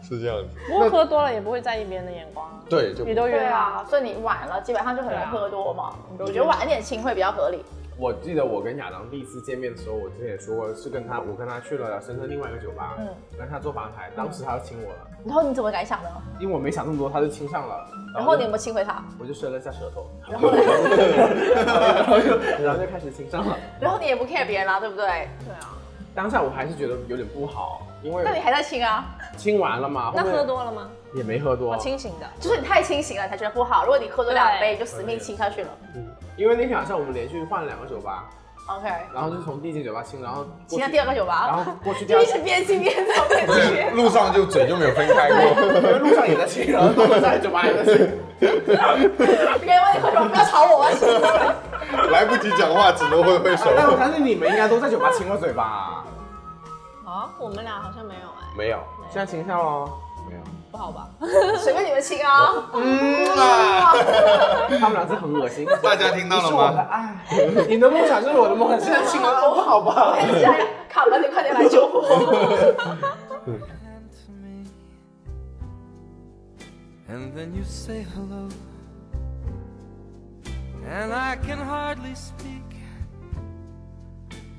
E: 是这样子。
F: 不过喝多了也不会在意别人的眼光啊，
E: 对，就
F: 你都
D: 对
F: 约
D: 啊
F: 了，，
D: 所以你晚了，基本上就很容易喝多嘛。
F: 对啊
D: 我觉得晚一点亲会比较合理。
A: 我记得我跟亚当第一次见面的时候，我之前也说过，是跟他，我跟他去了深圳另外一个酒吧，
D: 嗯
A: 跟他做吧台，当时他就亲我了，
D: 然后你怎么敢想呢？
F: 哦
A: 因为我没想那么多，他就亲上了，
D: 然后
A: 就
D: 你有没有亲回他？
A: 我就伸了一下舌头，
D: 然后呢？
A: 然后就然后就开始亲上了。
D: 然后你也不 care 别人啦，对不对？
F: 对啊。
A: 当下我还是觉得有点不好，因为
D: 那你还在亲啊？
A: 亲完了嘛，
F: 那
A: 后面
F: 喝多了吗？
A: 也没喝多
F: 我，清醒的，
D: 就是你太清醒了，你才觉得不好。如果你喝多两杯，你就死命亲下去了。
A: 因为那天晚上我们连续换了两个酒吧，
D: OK，
A: 然后就是从第一间酒吧亲，然后
D: 亲
A: 过
D: 到
A: 去，
D: 第二个
A: 然
D: 酒吧，
A: 后过去第
D: 就
A: 二
D: 啊一直边亲边走 边
E: 对，
D: 去。
E: 路上就嘴就没有分开过。
A: 因为路上也在亲，然后到了下一个酒吧也在 亲，
D: 别人问你喝什么，不要吵我啊！
E: 来不及讲话，只能挥挥手。
A: 但我相信你们应该都在酒吧亲过嘴吧？
F: 啊，我们俩好像没有哎，
E: 没有，
A: 现在亲一下喽，
E: 没有。
F: 不好吧？
D: 随便你们亲 啊。
E: 嗯啊，
A: 他们俩是很恶心。
E: 大家听到
A: 你
E: 了
A: 是我的
E: 吗？
A: 爱，你的梦想就是我的梦想，现在亲了都不好吧？
D: 哎呀，卡门，你快点来救 我！
C: hand to me. And then you say hello. And I can hardly speak.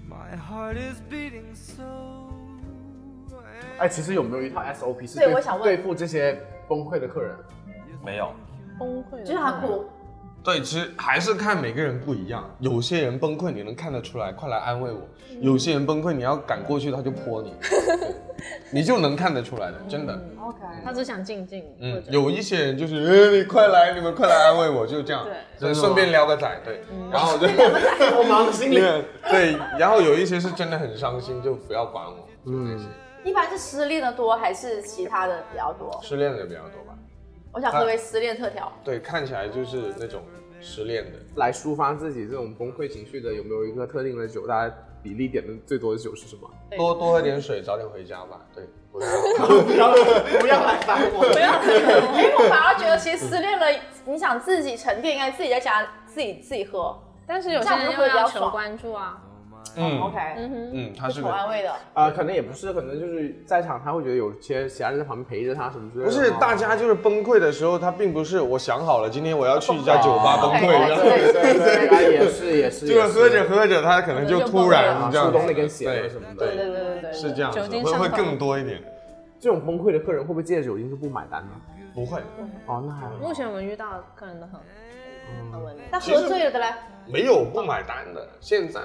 C: My heart is beating so.
A: 哎，其实有没有一套 SOP 是
D: 对
A: 对
D: 我想问
A: 对付这些崩溃的客人？
E: 没有。
F: 崩溃了，
D: 就是他哭，
E: 对，其实还是看每个人不一样。有些人崩溃你能看得出来，快来安慰我；有些人崩溃你要赶过去他就泼你，对你就能看得出来的，真的。
F: 他只想静静，
E: 嗯
F: 或，者
E: 有一些人就是，呃，你快来，你们快来安慰我，就这样，
A: 真的吗
E: 对，顺便撩个仔，对，然后就，
A: 我忙的心里。
E: 对，然后有一些是真的很伤心，就不要管我，
A: 嗯，
D: 一般是失恋的多还是其他的比较多？
E: 失恋的比较多吧，
D: 我
F: 啊
D: 想喝杯失恋特调。
E: 对，看起来就是那种失恋的，
A: 来抒发自己这种崩溃情绪的，有没有一个特定的酒？大家比例点的最多的酒是什么？
F: 对
E: 多多喝点水，早点回家吧，对，不要，
A: 不要不要来烦我。
D: 哎，我反而觉得其实失恋了，你想自己沉淀，应该自己在家自己自己喝。
F: 但是有
D: 这
F: 些
D: 样
F: 人
D: 就
F: 又
D: 会比较
F: 要求
D: 爽
F: 关注啊，
E: 嗯
D: OK，
F: 嗯哼，
E: 嗯，他
D: 是
E: 是
D: 口
E: 个，
D: 安慰的。
A: 啊，可能也不是，可能就是在场他会觉得有些其他人在旁边陪着他什么之类
E: 不
A: 的。啊
E: 是大家就是崩溃的时候，他并不是我想好了今天我要去一家酒吧崩溃，
D: OK，
E: 然后
A: 对对对对，也是也是，
E: 就是喝着喝着他可能就突然
A: 啊，
E: 这样
A: 触
E: 子，
A: 动那根弦
E: 对
A: 了什么的。
D: 对对对对对，
E: 是这样子，
F: 酒精
E: 会会
F: 上头
E: 更多一点。
A: 这种崩溃的客人会不会借着酒精就不买单呢？
E: 不会，
A: 哦，那还好。
F: 目前我们遇到的客人都很很文明，
D: 那喝醉了的嘞？
E: 没有不买单的。现在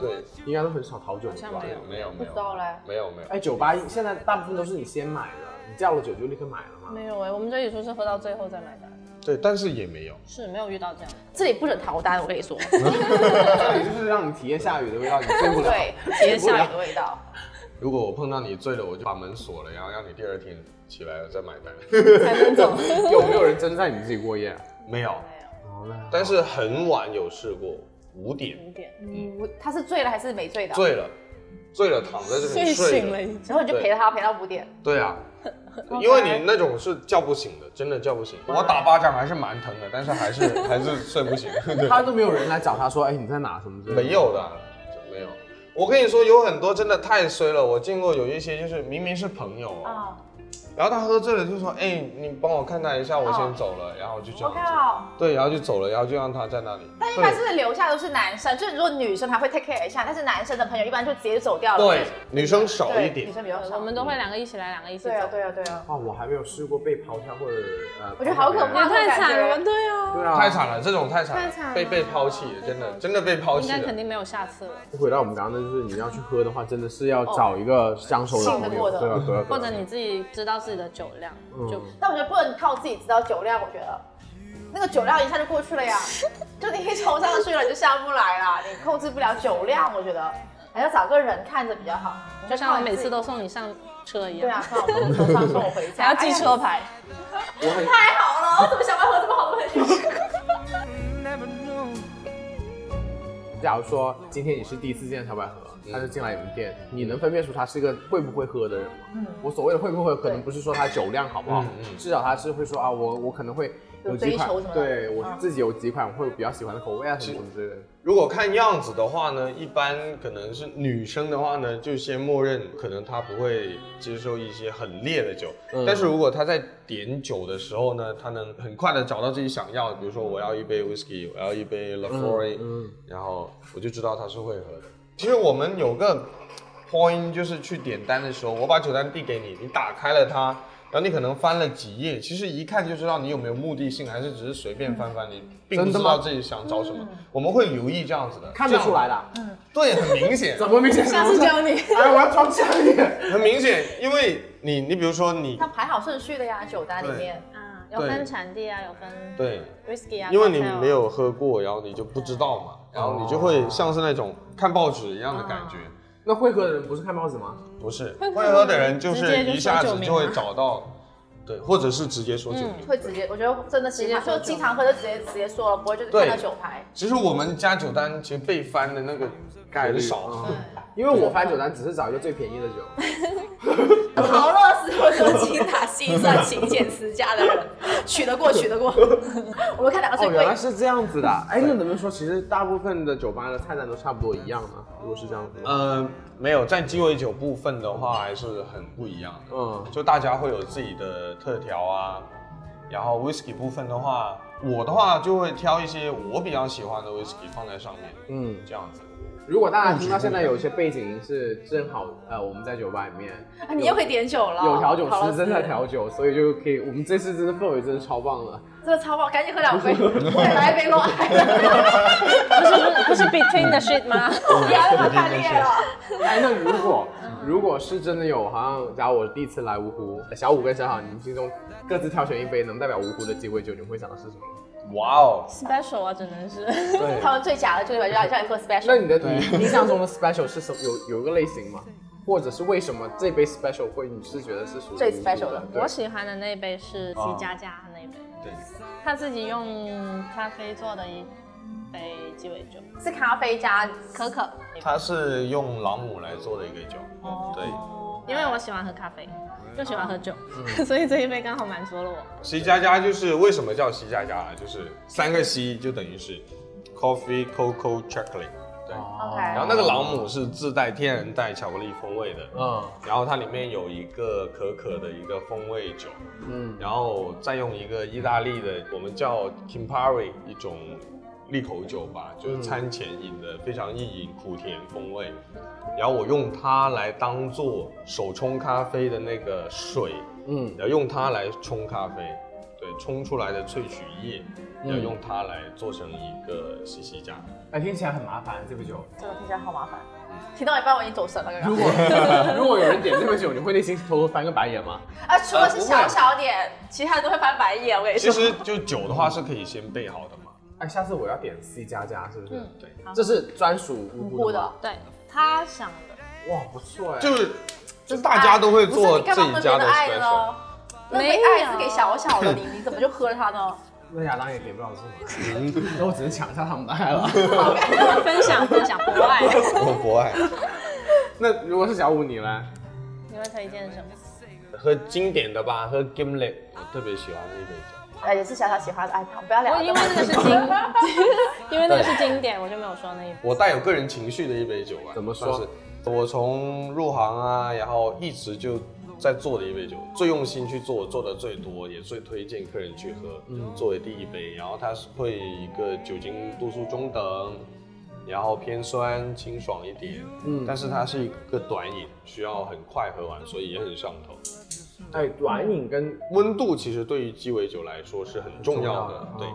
E: 对，
A: 应该都很少讨酒的
F: 像
A: 吧
F: 没？有
E: 没有
D: 不
E: 没
D: 知
E: 有
D: 道嘞。
E: 没有没有，
A: 哎，酒吧现在大部分都是你先买的，你叫了酒就立刻买了嘛。
F: 没有哎，我们这里说是喝到最后再买单，
E: 对，但是也没有。
F: 是没有遇到这样的，
D: 这里不准逃单，我跟你说。
A: 这里就是让你体验下雨的味道，你醉不了。
D: 对，接下雨的味道，
E: 如果我碰到你醉了，我就把门锁了，然后让你第二天起来了再买单。
F: 才能走。
A: 有没有人真在你自己过夜？啊
E: 没有，
A: 哦，那
E: 但是很晚有试过，五点
F: 五点，
D: 嗯，他是醉了还是没醉的？哎
E: 醉了，醉了躺在这
H: 睡
E: 里睡
H: 醒了已经。
D: 然后你就陪他陪到五点，
E: 对啊，因为你那种是叫不醒的，真的叫不醒。我打巴掌还是蛮疼的，但是还是 还是睡不醒。对
A: 他都没有人来找他说，哎，你在哪什么之类的。
E: 没有的，就没有。我跟你说，有很多真的太衰了。我见过有一些就是明明是朋友哦，
D: 啊，
E: 然后他喝醉了就说：“哎，你帮我看他一下，我
D: 哦
E: 先走了。然后就这
D: 我
E: 样子，
D: 靠。
E: 对，然后就走了，然后就让他在那里。
D: 但一
E: 对
D: 般哦是留下都是男生，就是如果女生还会 take care 一下，但是男生的朋友一般就直接走掉了。
E: 对
D: 就是，
E: 女生少
D: 对
E: 一点
D: 女。生比较少。
H: 我们都会两个一起来，两个一起走。
D: 对啊，对啊，对啊。
A: 啊，我还没有试过被抛下或者呃，
D: 我觉得好可怕
A: 抛
H: 也太
A: 下
H: 惨了，对啊，
A: 别人对啊，
E: 太。惨了，这种太惨了，
H: 太惨了
E: 被被抛弃了，真的真的被抛
H: 应
E: 弃
H: 该肯
E: 了。
H: 定没有下次了。
A: 回到我们刚刚的，就是你要去喝的话，真的是要找一个相熟的
D: 哦信得
A: 朋友，
D: 过的
A: 对啊吧？合
H: 或者你自己知道自己的酒量，
E: 嗯
H: 就
D: 但我觉得不能靠自己知道酒量，我觉得那个酒量一下就过 去了呀，就你一冲上去了你就下不来啦，你控制不了酒量，我觉得还要找个人看着比较好。
H: 就像我每次
D: 都
H: 都送你上车一
D: 对
H: 样
D: 啊，， 看我们车上送我回
H: 还
D: 家，
H: 要记车
D: 哎呀
H: 牌。
A: 我很
D: 太好了，我怎么想办法喝这么好的朋友？
A: 假如说今天你是第一次见小百合，他就进来你们店，你能分辨出他是一个会不会喝的人吗？
D: 嗯
A: 我所谓的会不会，可能不是说他酒量好不好
E: 嗯，嗯
A: 至少他是会说啊，我我可能会
D: 有
A: 几款
D: 追求什，么的
A: 对我
D: 嗯
A: 自己有几款我会比较喜欢的口味啊什么什么之类的。
E: 如果看样子的话呢，一般可能是女生的话呢，就先默认可能她不会接受一些很烈的酒，
A: 嗯
E: 但是如果她在点酒的时候呢，她能很快的找到自己想要的，比如说我要一杯 whisky，我要一杯 Lafroy，、
A: 嗯，
E: 然后我就知道她是会喝的。其实我们有个 point 就是去点单的时候，我把酒单递给你，你打开了它，然后你可能翻了几页，其实一看就知道你有没有目的性，还是只是随便翻翻，你并不
A: 真的
E: 知
A: 吗
E: 道自己想找什么。我们会留意这样子的，
A: 嗯看得出来
E: 的，
A: 的，
D: 嗯
E: 对，很 明显，
A: 怎么明 显？
H: 下次教 你。
A: 哎，我要装腔一点。
E: 很明显，因为你，你比如说你
D: 要，排好顺序的呀，酒单里面。
H: 啊，有分产地啊，有分
E: 对，
H: whisky 啊，
E: 因为你
H: cocktail 啊
E: 没有喝过，然后你就不知道嘛，然后你就
A: 哦
E: 会像是那种看报纸一样的感觉。
A: 那会喝的人不是看报纸吗？
E: 不是，
H: 会
E: 会喝的人就
H: 嗯直接
E: 是
H: 就
E: 一下
H: 说
E: 子
H: 酒
E: 就会
H: 名啊
E: 找到，对，或者是直接说酒名。
H: 嗯
D: 会直接，我觉得真的直接就经常喝就直接直接说了，不会就是
E: 对
D: 看到酒牌。
E: 其实我们加酒单，其实被翻的那个概率少。
A: 嗯因为我翻酒单只是找一个最便宜的酒，
D: 陶乐斯我说 精打细算、勤俭持家的人，娶得过，娶得过。 我们看哪个最
A: 哦，
D: 贵
A: 原来。是这样子的。哎，那能不能说其实大部分的酒吧的菜单都差不多一样呢？如果是这样子，
E: 呃，没有，在鸡尾酒部分的话还是很不一样的，
A: 嗯，
E: 就大家会有自己的特调啊。然后 whisky 部分的话，我的话就会挑一些我比较喜欢的 whisky 放在上面，
A: 嗯
E: 这样子。
A: 如果大家听到现在有一些背景音是正好，呃，我们在酒吧里面
D: 啊你又可以点酒了。
A: 有调酒
D: 陶乐
A: 师
D: 斯
A: 正在，调酒，所以就可以，我们这次真的氛围真的超棒了。
D: 这个超棒，赶紧喝两杯，再来一杯咯。
H: 不是不是不是 between the shit 吗？
D: 不要那么贪恋了。
A: 哎，那如果如果是真的有，好像假如我第一次来芜湖，小五跟小好，你们心中各自挑选一杯能代表芜湖的鸡尾酒，你们会想的是什么？
E: 哇哦，
H: special 啊，只能是
E: 对
D: 他们最假的就是让让你喝
A: 那
D: special，
A: 你的你印 象中的 special 是什么？有有一个类型吗？或者是为什么这杯 special 会你是觉得是属于
D: 最
A: 你
D: special 的
A: 对
H: 我喜欢的那一杯是
E: 啊
H: C 加加那一杯，
E: 对，
H: 他自己用咖啡做的一杯鸡尾酒，
D: 是咖啡加
H: 可可。
E: 它是用朗姆来做的一个酒，
H: 哦
E: 对。
H: 因为我喜欢喝咖啡，又喜欢喝酒，
E: 嗯
H: 所以这一杯刚好满足了我。
E: C 加加就是为什么叫 C 加加啊？就是三个 C 就等于是 coffee, cocoa, chocolate。对，
A: 哦
E: 然后
D: OK。
E: 那个朗姆是自带天然带巧克力风味的，
A: 嗯
E: 然后它里面有一个可可的一个风味酒，
A: 嗯，
E: 然后再用一个意大利的，我们叫 Campari 一种利口酒吧，就是餐前饮的，非常易饮，苦甜风味。然后我用它来当做手冲咖啡的那个水，
A: 嗯
E: 然后用它来冲咖啡，
D: 嗯
E: 对，冲出来的萃取液，然后用它来做成一个西西加。
A: 哎，听起来很麻烦这杯酒。
D: 这个听起来好麻烦，听到一半我已经走神了。刚 刚
A: 如果如果有人点这杯酒，你会内心偷偷翻个白眼吗？
D: 啊，除了是
E: 呃不会
D: 小小点，其他人都会翻白眼。我跟你
E: 其
D: 说，
E: 实就酒的话是可以先备好的嘛，
A: 哎，下次我要点 C 加加，是不是？
H: 嗯
E: 对，
A: 这是专属芜湖
D: 不
A: 的
D: 的
A: 吗。。
H: 对他想的，
A: 哇，不错哎。
E: 就是就大家都会
D: 哎不是
E: 做
D: 你
E: 自
D: 干嘛
E: 己
D: 分
E: 家
D: 别
E: 的
D: 的爱哦
E: special。
D: 呢？那杯爱是给小小的你， 你怎么就喝了它呢？
A: 那亚当也给不了这么，那我只能抢一下他们的爱了。
H: 分享分享，博爱。
E: 我博爱，
A: 那如果是小五你呢？
F: 你会推荐什么？
E: 喝经典的吧，喝 Gimlet，我特别喜欢的一杯酒。
D: 呃，也是小小喜欢的爱好，不要聊
F: 我
D: 了。
F: 因为那个是经，因为那个是经典，我就没有说那一部。
E: 我带有个人情绪的一杯酒吧。
A: 怎么说
E: 算是？我从入行啊，然后一直就在做的一杯酒，最用心去做，做的最多，也最推荐客人去喝，作为第一杯。然后它是会一个酒精度数中等，然后偏酸清爽一点，
A: 嗯
E: 但是它是一个短饮，需要很快喝完，所以也很上头。
A: 哎，短饮跟
E: 温度其实对于鸡尾酒来说是很重要的，对，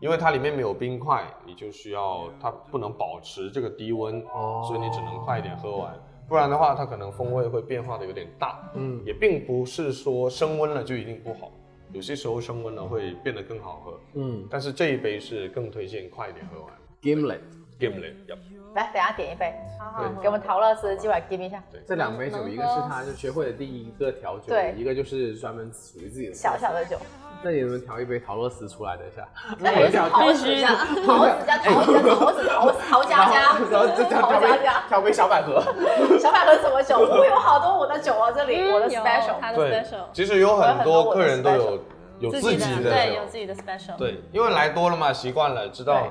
E: 因为它里面没有冰块，你就需要它不能保持这个低温，
A: 哦
E: 所以你只能快一点喝完，不然的话它可能风味会变化的有点大，
A: 嗯
E: 也并不是说升温了就一定不好，有些时候升温了会变得更好喝，
A: 嗯
E: 但是这一杯是更推荐快一点喝完。
A: ，Gimlet
E: Gimlet，yup
D: 来，等一下点一杯，
F: 好好
D: 给我们陶乐斯今晚 give 一下，
A: 这两杯酒，一个是他就学会的第一个调酒，
D: 对
A: 一个就是专门属于自己的
D: 小小的酒，
A: 那你能调一杯陶乐斯出来？等一下，
D: 那也 是陶
A: 然
D: 子家，陶子家，陶子家，陶 子，陶陶家家，
A: 后然后再调
D: 陶
A: 调
D: 家
A: 杯
D: 家。
A: 调杯小百合，
D: 小百合什么 酒？我有好多我的酒啊，这里
F: 嗯
D: 我的
F: 有
D: special。
F: 他的
E: 对
F: special，，
E: 其实有
D: 我
E: 很
D: 有很多
E: 多
D: 我的
E: 客人都
D: special
E: 有有自己的
F: 对，
E: 酒
F: 有自己的 special。
E: 对，因为来多了嘛，习惯了，知道
D: 对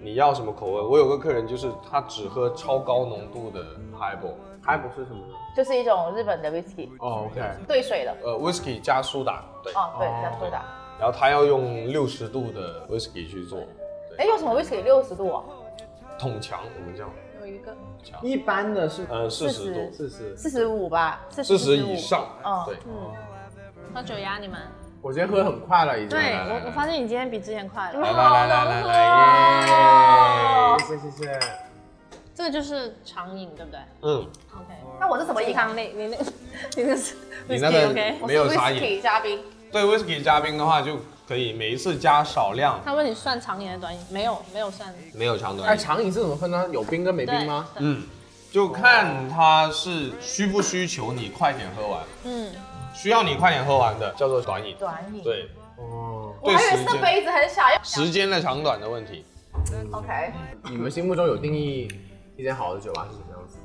E: 你要什么口味。我有个客人就是他只喝超高浓度的 highball，
A: 还不是什么呢？
D: 就是一种日本的 whisky，
A: 哦，OK，
D: 兑水的。
E: 呃，whisky 加苏打，对，
D: 哦，对，加苏打。
E: 然后他要用六十度的 whisky 去做，
D: 哎，
E: 对，
D: 有什么 whisky 六十度啊？
E: 桶强我们叫，
F: 有一个
A: 一般的是
E: 呃，四
D: 40
E: 十度，
A: 四十。
D: 四十五吧，
E: 四
D: 四
E: 十以。上
D: 嗯，
E: 对，
F: 喝酒呀，你们。
A: 我今天喝的很快了，已经。
F: 对
A: 来
F: 我，我发现你今天比之前
E: 来
F: 快了。
E: 来来来来来，耶，
A: 谢谢谢谢。
F: 这个就是常饮，对不对
E: 嗯，
F: ？OK。
D: 那我是怎么啊
F: 健
D: 饮？
F: 康类，你那，你那是
E: 你那个
F: OK。
D: 我
E: 没
D: 是
E: 有啥饮，
D: whisky 加冰，
E: 对 whisky 加冰的话就可以每一次加少量，
F: 他问你算长饮还是短饮？没有，没有算。
E: 没有长短饮。
A: 哎，长饮是怎么分呢？有冰跟没冰吗？
F: 对？对
E: 嗯，就看他是需不需求你快点喝完，
F: 嗯，
E: 需要你快点喝完的叫做短饮。
D: 短饮。，
E: 对，
A: 哦，
D: 我
E: 对
D: 还以为
E: 时
D: 是
E: 间
D: 杯子很小，要
E: 时间的长短的问题。
D: OK。
A: 你们心目中有定义一间好的酒吧是什么样子？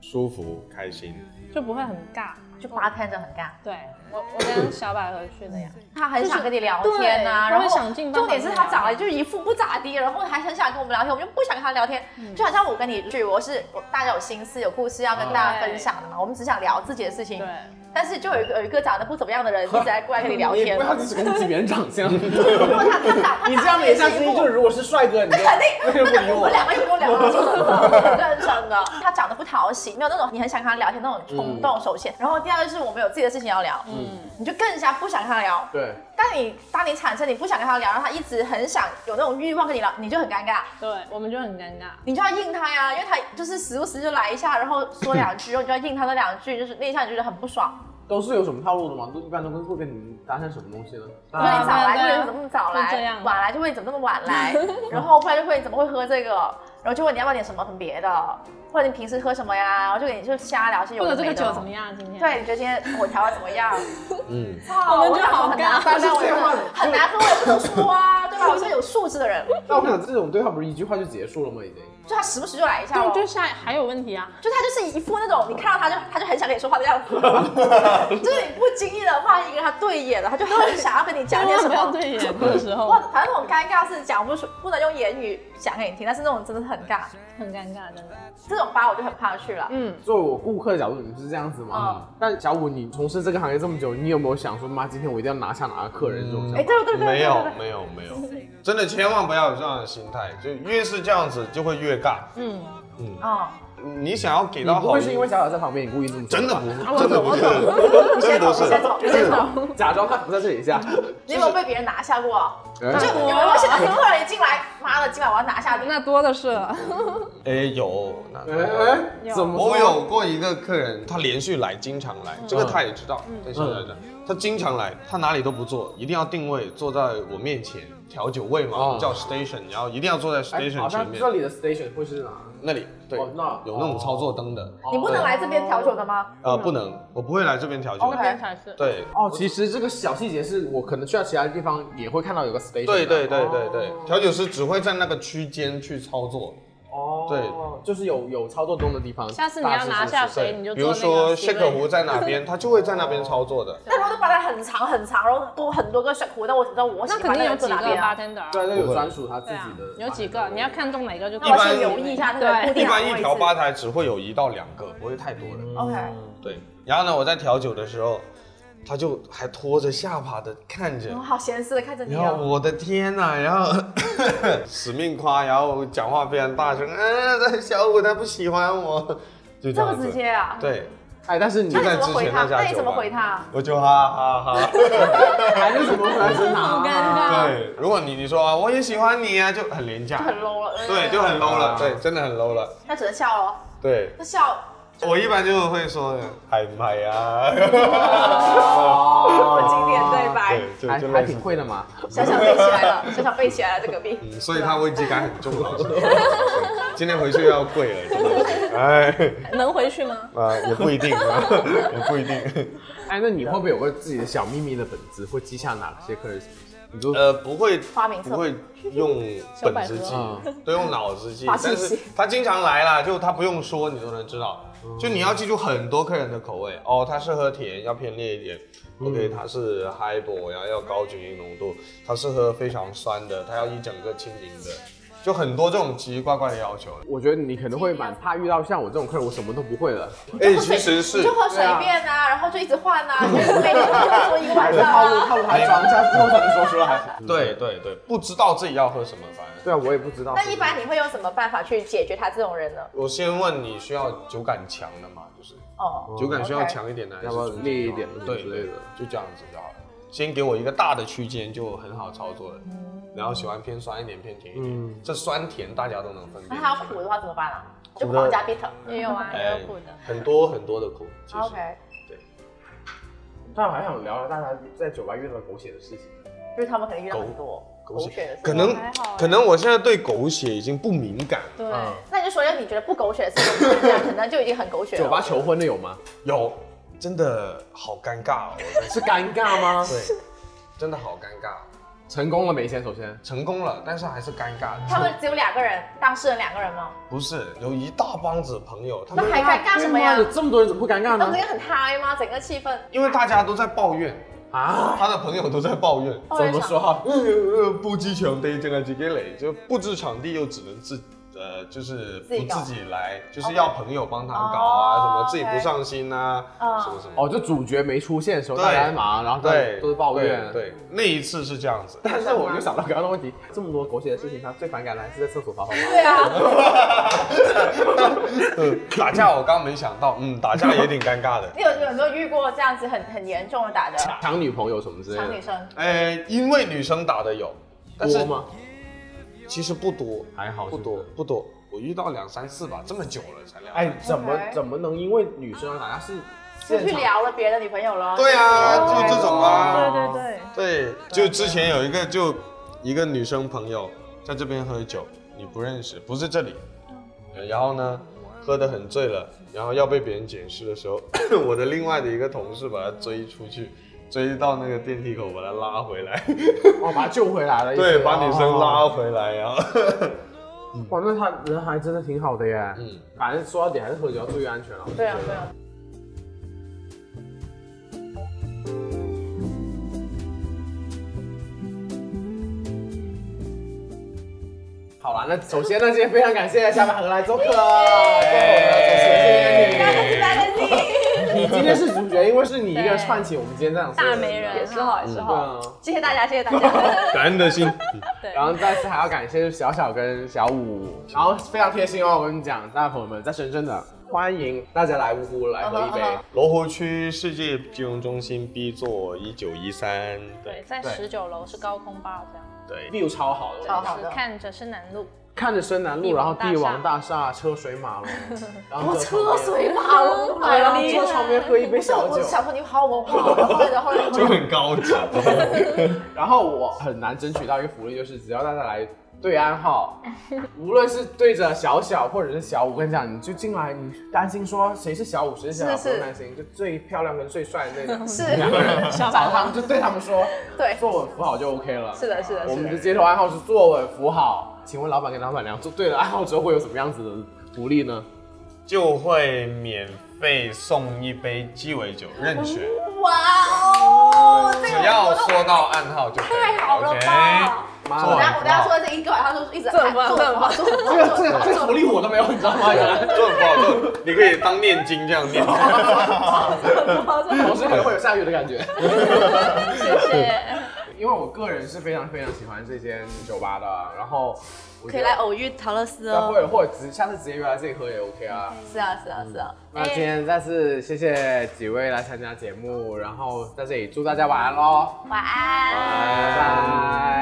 E: 舒服开心，
F: 就不会很尬。
D: 就八摊着很尬，
F: 对我，我跟小百合去的呀。
D: 他很想跟你聊
F: 就是
D: 天呐、然
F: 对他会
D: 后
F: 想尽办法
D: 重点是他长得就一副不咋地，然后还很想跟我们聊天，我们就不想跟他聊天。
F: 嗯
D: 就好像我跟你去，我是我大家有心思有故事要跟大家分享的嘛，我们只想聊自己的事情
F: 对。，
D: 但是就有一个有一个长得不怎么样的人一直在过来跟你聊
A: 你也
D: 天
A: 不。要只是 攻击别人长 相。
D: 如果他他长他
A: 你这样
D: 也
A: 也像是一，就是如果是帅哥，你就
D: 肯定
A: 为 什么不理
D: 我
A: 我
D: 们？两个就不用聊了，认真的。他长得不讨喜，没有那种你很想跟他聊天那种冲
F: 嗯
D: 动，首先。然后第二个是我们有自己的事情要聊，你就更加不想跟他聊。
A: 对，
D: 但你当你产生你不想跟他聊，然后他一直很想有那种欲望跟你聊，你就很尴尬，
F: 对，我们就很尴尬。
D: 你就要应他呀，因为他就是时不时就来一下，然后说两句，然后你就要应他那两句，就是那一下你就觉得很不爽。
A: 都是有什么套路的吗？都一般都会跟你们搭讪什么东西呢？
D: 我说你早来就
F: 对啊
D: 会怎么那么早
F: 就这
D: 来，
F: 样
D: 晚来就会怎么那么晚来，然后不然就会怎么会喝这个，然后就问你要不要点什么很别的，或者你平时喝什么呀，然后就给你就瞎聊些有
F: 或者
D: 的
F: 这
D: 没
F: 个酒
D: 的
F: 怎。么样？今天
D: 对，你觉得今天我调的怎么样？
E: 嗯，
D: 操
F: 我们就好
D: 很难
F: 尴
D: 喝，
F: 尬
D: 但
A: 但是这样
D: 我很难喝，我也不能说啊，对吧？我是有素质的人，
A: 那我想这种对话不是一句话就结束了吗？已经。
D: 就他时不时就来一下
F: 就
D: 哦。
F: 就下还有问题 啊。
D: 就他就是一副那种你看到他就他就很想跟你说话的样子，就是你不经意的话一跟他对眼了，他就很想要跟你讲
F: 千
D: 点
F: 万
D: 什
F: 不要
D: 么。
F: 对眼的时候
D: 哇，，反正那种尴尬是讲不出，不能用言语讲给你听，但是那种真的很尬。
F: 很尴尬，真的。
D: 这种吧我就很怕去了。
F: 嗯，
A: 作为我顾客的角度，你是这样
D: 嗯
A: 子吗？嗯但小五，你从事这个行业这么久，你有没有想说，妈，今天我一定要拿下哪个客人这种想
D: 哎，
A: 法？
D: 对对对对，
E: 没有
D: 对
E: 没有没有，真的千万不要有这样的心态，就越是这样子就会越尬。
F: 嗯，
E: 嗯，
D: 嗯，
E: 你想要给
A: 你
E: 到
A: 不
E: 好
A: 会
E: 意，
A: 是因为小小在旁边，你故意这么做
E: 哎真的不
A: 吧
E: 是，真的不是，真的不
D: 我
E: 是
D: 先走，我先走。
A: 假装他不在这里 一下。
D: 你有没有被别人拿下过？
A: 哎
D: 就有没有现在有客人一进来，妈的，今晚我要拿下你。
E: 嗯
F: 那多的是啊了。
E: 哎，有，那
A: 哎哎，怎么说？
E: 我有过一个客人，他连续来，经常
D: 嗯
E: 来，这个他也知道，对，小小讲，他经常来，他哪里都不坐，一定要定位坐在我面前，调酒位嘛
A: 哦，
E: 叫 station，然后一定要坐在
A: 哎，
E: station
A: 好
E: 前
A: 像
E: 面
A: 这里的 station 会是哪？
E: 那里，对，
A: 哦那
E: 有那种操作灯的，
D: 你不能来这边调酒的吗？
E: 呃，不能，我不会来这边调酒，
D: OK
F: 才是。
E: 对，
A: 哦，其实这个小细节是我可能去到其他地方也会看到有个 station 的。
E: 对对对
A: 哦
E: 对对，调酒师只会在那个区间去操作，
A: 哦，
E: 对，
A: 就是有有操作中的地方。
F: 下次你要拿下
A: 大致是
F: 谁，你就
E: 比
F: 做
E: 如
F: 那个
E: 说
F: 席
E: 蟹
F: 位
E: 口湖在哪边，他就会在那边操作的。
D: 那如果都把它很长很长，然后多很多个水壶，那我怎么知道我喜
F: 那
D: 欢
F: 肯定有
D: 个
F: 几
D: 坐
F: 个
D: 哪边啊？
F: bartender 啊
A: 对，那
E: 不
A: 有
E: 会
A: 专属他自
F: 对
A: 己
F: 啊
A: 的，
F: 有几个，你要看中哪个就
D: 那我
E: 一般
D: 先留意一下那个固
F: 啊
E: 一
D: 定好
E: 般
D: 的
E: 一
D: 位
E: 条吧
D: 置。
E: 台只会有一到两个，不会太多人。
F: 嗯
D: OK，
E: 对，然后呢，我在调酒的时候，他就还拖着下巴的看着
D: 我。哦好闲适的看着你
E: 然后
D: 哦。
E: 我的天呐，然后 死命夸，然后讲话非常大声，嗯、小五他不喜欢我，就这
D: 这
E: 样
D: 么
E: 子
D: 直接啊？
E: 对，
A: 哎，但是你
D: 那你
E: 就在
D: 怎么
E: 之
D: 回
E: 前
D: 他？
E: 那家
D: 那你怎
E: 酒
D: 么
E: 吧
D: 回他？
E: 我就哈哈哈。
A: 还是怎 么回来拿？
E: 对，如果你你说啊我也喜欢你啊，就很廉价，
D: 很 low 了。嗯
E: 对，就很 low 了，啊对，真的很 low 了。
D: 那只能笑咯。
E: 对，
D: 那笑
E: 我一般就会说哎嗨不嗨呀，
A: 哦
D: 很经典对白，
E: 哦对，就
A: 还
E: 就
A: 还
E: 类似
A: 挺会的嘛。
D: 小小背起来了，小小背起来了，这隔壁。
E: 嗯，所以他危机感很重，老师。对 今天回去要跪了，真的。哎，
F: 能回去 吗？
E: 啊，也不一定啊，也不一定。
A: 哎，那你会不会有个自己的小秘密的本子，会记下哪些客人？你就
E: 呃，不会，
D: 花名册
E: 不会用本子
A: 小
E: 记
A: 百合，
E: 都用脑子记
D: 花。信
E: 但
D: 息
E: 是他经常来啦，就他不用说，你都能知道。就你要记住很多客人的口味哦，他是喝甜，要偏烈一点。OK，他是 highball，然后要高酒精浓度，他是喝非常酸的，他要一整个清明的，就很多这种奇奇怪怪的要求。
A: 我觉得你可能会蛮怕遇到像我这种客人，我什么都不会 了，
E: 哎，其实是
D: 你就喝水便啊，然后就一直换 啊，就是每天就做一个晚上
A: 套路
D: 啊。
A: 套路还装一下之后才能说出 来。
E: 对对对，不知道自己要喝什么，反正。
A: 对啊，我也不知道。
D: 那一般你会用什么办法去解决他这种人呢？
E: 我先问你需要酒感强的吗？就是
D: 哦，
E: 酒感需要
D: OK
E: 强一点的，还是
A: 要不要烈一点的
E: 对
A: 之类的，
E: 就这样子就好了。先给我一个大的区间就很好操作了，然后喜欢偏酸一点，偏甜一
A: 嗯
E: 点，这酸甜大家都能分
D: 那
E: 辨。
D: 他要苦的话怎么办啊？就狂加 bitter。
F: 也有啊，也
E: 哎
F: 有苦的。
E: 很多很多的苦，其实
D: 啊 OK，
A: 但我还想聊聊大家在酒吧遇到的狗血的事情。
D: 就是他们肯定遇到很多
E: 狗
D: 血
E: 血
D: 的事。
E: 可能
F: 还好哎
E: 可能我现在对狗血已经不敏感了，
F: 对，
A: 嗯
D: 那你就说一下你觉得不狗血的事情，这样可能就已经很狗血了。
A: 酒吧求婚的有吗？
E: 有真的好尴尬哦，我在
A: 是尴尬吗？
E: 对， 真的好尴尬，哦
A: 成功了没？先首先，
E: 成功了，但是还是尴尬的。
D: 他们只有两个人，当事人两个人吗？
E: 不是有一大帮子朋友，他
D: 那
E: 们
D: 还尴尬什么呀
A: 对？妈这么多人怎么不尴尬
D: 他们
A: 呢
D: 这？个很嗨吗？整个气氛
E: 因为大家都在抱怨，
A: 啊？
E: 他的朋友都在抱怨，
D: 抱
A: 怎
D: 怨
A: 么
D: 场
A: 说哈？
E: 呃呃，布置场地这个几个垒，就布置场地又只能自呃，就是不
D: 自己搞
E: 自己来，就是要朋友帮他搞
D: 哦
E: 啊，什么自己
D: OK
E: 不上心啊，
D: 嗯
E: 什么什么。
A: 哦，就主角没出现的时候，
E: 对
A: 大家在忙，然后大家
E: 对，
A: 哦都是抱怨。
E: 对，对那一次是这样子。
A: 但是我就想到刚刚的问题，这么多狗血的事情，他最反感的还是在厕所发疯。
D: 对啊，。
E: 呃打架我刚没想到，嗯，打架也挺尴尬的
D: 你有有没有遇过这样子很很严重的打的
A: 抢女朋友什么之类
D: 抢女
A: 的，
D: 生？
E: 呃，因为女生打的有，但是
A: 多吗？
E: 其实不多，
A: 还好
E: 不多不多。我遇到两三次吧，这么久了才两。
A: 哎，怎么
D: OK
A: 怎么能因为女生而打架？是
D: 就去
A: 现场
D: 聊了别的女朋友了？
E: 对啊，就这种啊。
F: 对对对，
E: 对，就之前有一个就一个女生朋友在这边喝酒，你不认识，不是这里。呃然后呢，喝得很醉了，然后要被别人解释的时候， 我的另外的一个同事把她追出去，追到那个电梯口把她拉回 来，
A: 哦，把他救回来了，
E: 对，把女生拉
A: 哦。
E: 回来，然后
A: 哇，那他人还真的挺好的耶。
E: 嗯
A: 反正说到底还是喝酒要注意安全了。
D: 对啊，对啊。
A: 好啦，那首先呢，今天非常感谢下班和来做客，做
D: 大家
A: 我
D: 恭喜大家恭喜！
A: 们的主持人，谢谢你。你今天是主角，因为是你一个人串起我们今天这样
F: 大媒人啊
D: 也是好，也是
E: 嗯
A: 对
D: 好。
A: 啊，
D: 谢谢大家，谢谢大家。
E: 感恩的心。
A: 然后再次还要感谢小小跟小五，然后非常贴心哦，我跟你讲，大家朋友们在深圳的，欢迎大家来芜湖来喝一
D: 哦
A: 杯。
E: 罗湖区世界金融中心 B 座一九一三，
F: 对，在十九楼是高空吧，这样。
E: 对
A: view 超好的，
D: 超好
E: 啊
F: 是看着是南路，
A: 看着深南路，然后帝王大厦、车水马龙，然后
D: 哦车水马龙，
A: 对，然后坐旁边喝一杯
D: 不是，
A: 小
D: 我
A: 酒，
D: 想说你好文化，然后来然后来
E: 就很 高级。
A: 然后我很难争取到一个福利，就是只要大家来对暗号，无论是对着小小或者是小五，我跟你讲，你就进来，你担心说谁是小五谁是小小不
D: 是是
A: 用担心，就最漂亮跟最帅的那个
D: 是
A: 两个人，
F: 小
A: 找
F: 白
A: 他们就对他们说，
D: 对
A: 坐稳扶好就 OK 了。
D: 是的，是的，
A: 我
D: 是
A: 们
D: 的。
A: 的街头暗号是坐稳扶好，请问老板跟老板娘做对了爱好者会有什么样子的福利呢？
E: 就会免费送一杯鸡尾酒任选，
D: 哇哦，这
E: 只
D: 个我
E: 要
D: 都
E: 说到暗号就可以
D: 太好了
E: OK
D: 吧
A: 妈
D: 我等
E: 做完
D: 下我等下说这一个晚上就一直
F: 做
D: 喊
F: 饭
D: 做饭做饭
A: 这
D: 做
A: 个
D: 饭
A: 这个这个福利我都没有，你知道 吗？原来
E: 做得不好做，你可以当念经这样 念。
A: 同事可能会有下雨的感觉。
F: 谢谢。
A: 因为我个人是非常非常喜欢这间酒吧的，啊然后我
H: 可
A: 觉得啊
H: 以来偶遇陶乐斯
A: 那或
H: 哦。
A: 者或者直下次直接约来这里喝也 OK 啊。
D: 是啊是啊是啊，
H: 哎
A: 那今天再次谢谢几位来参加节目，然后在这里祝大家晚安喽，
D: 晚安。
A: 拜拜。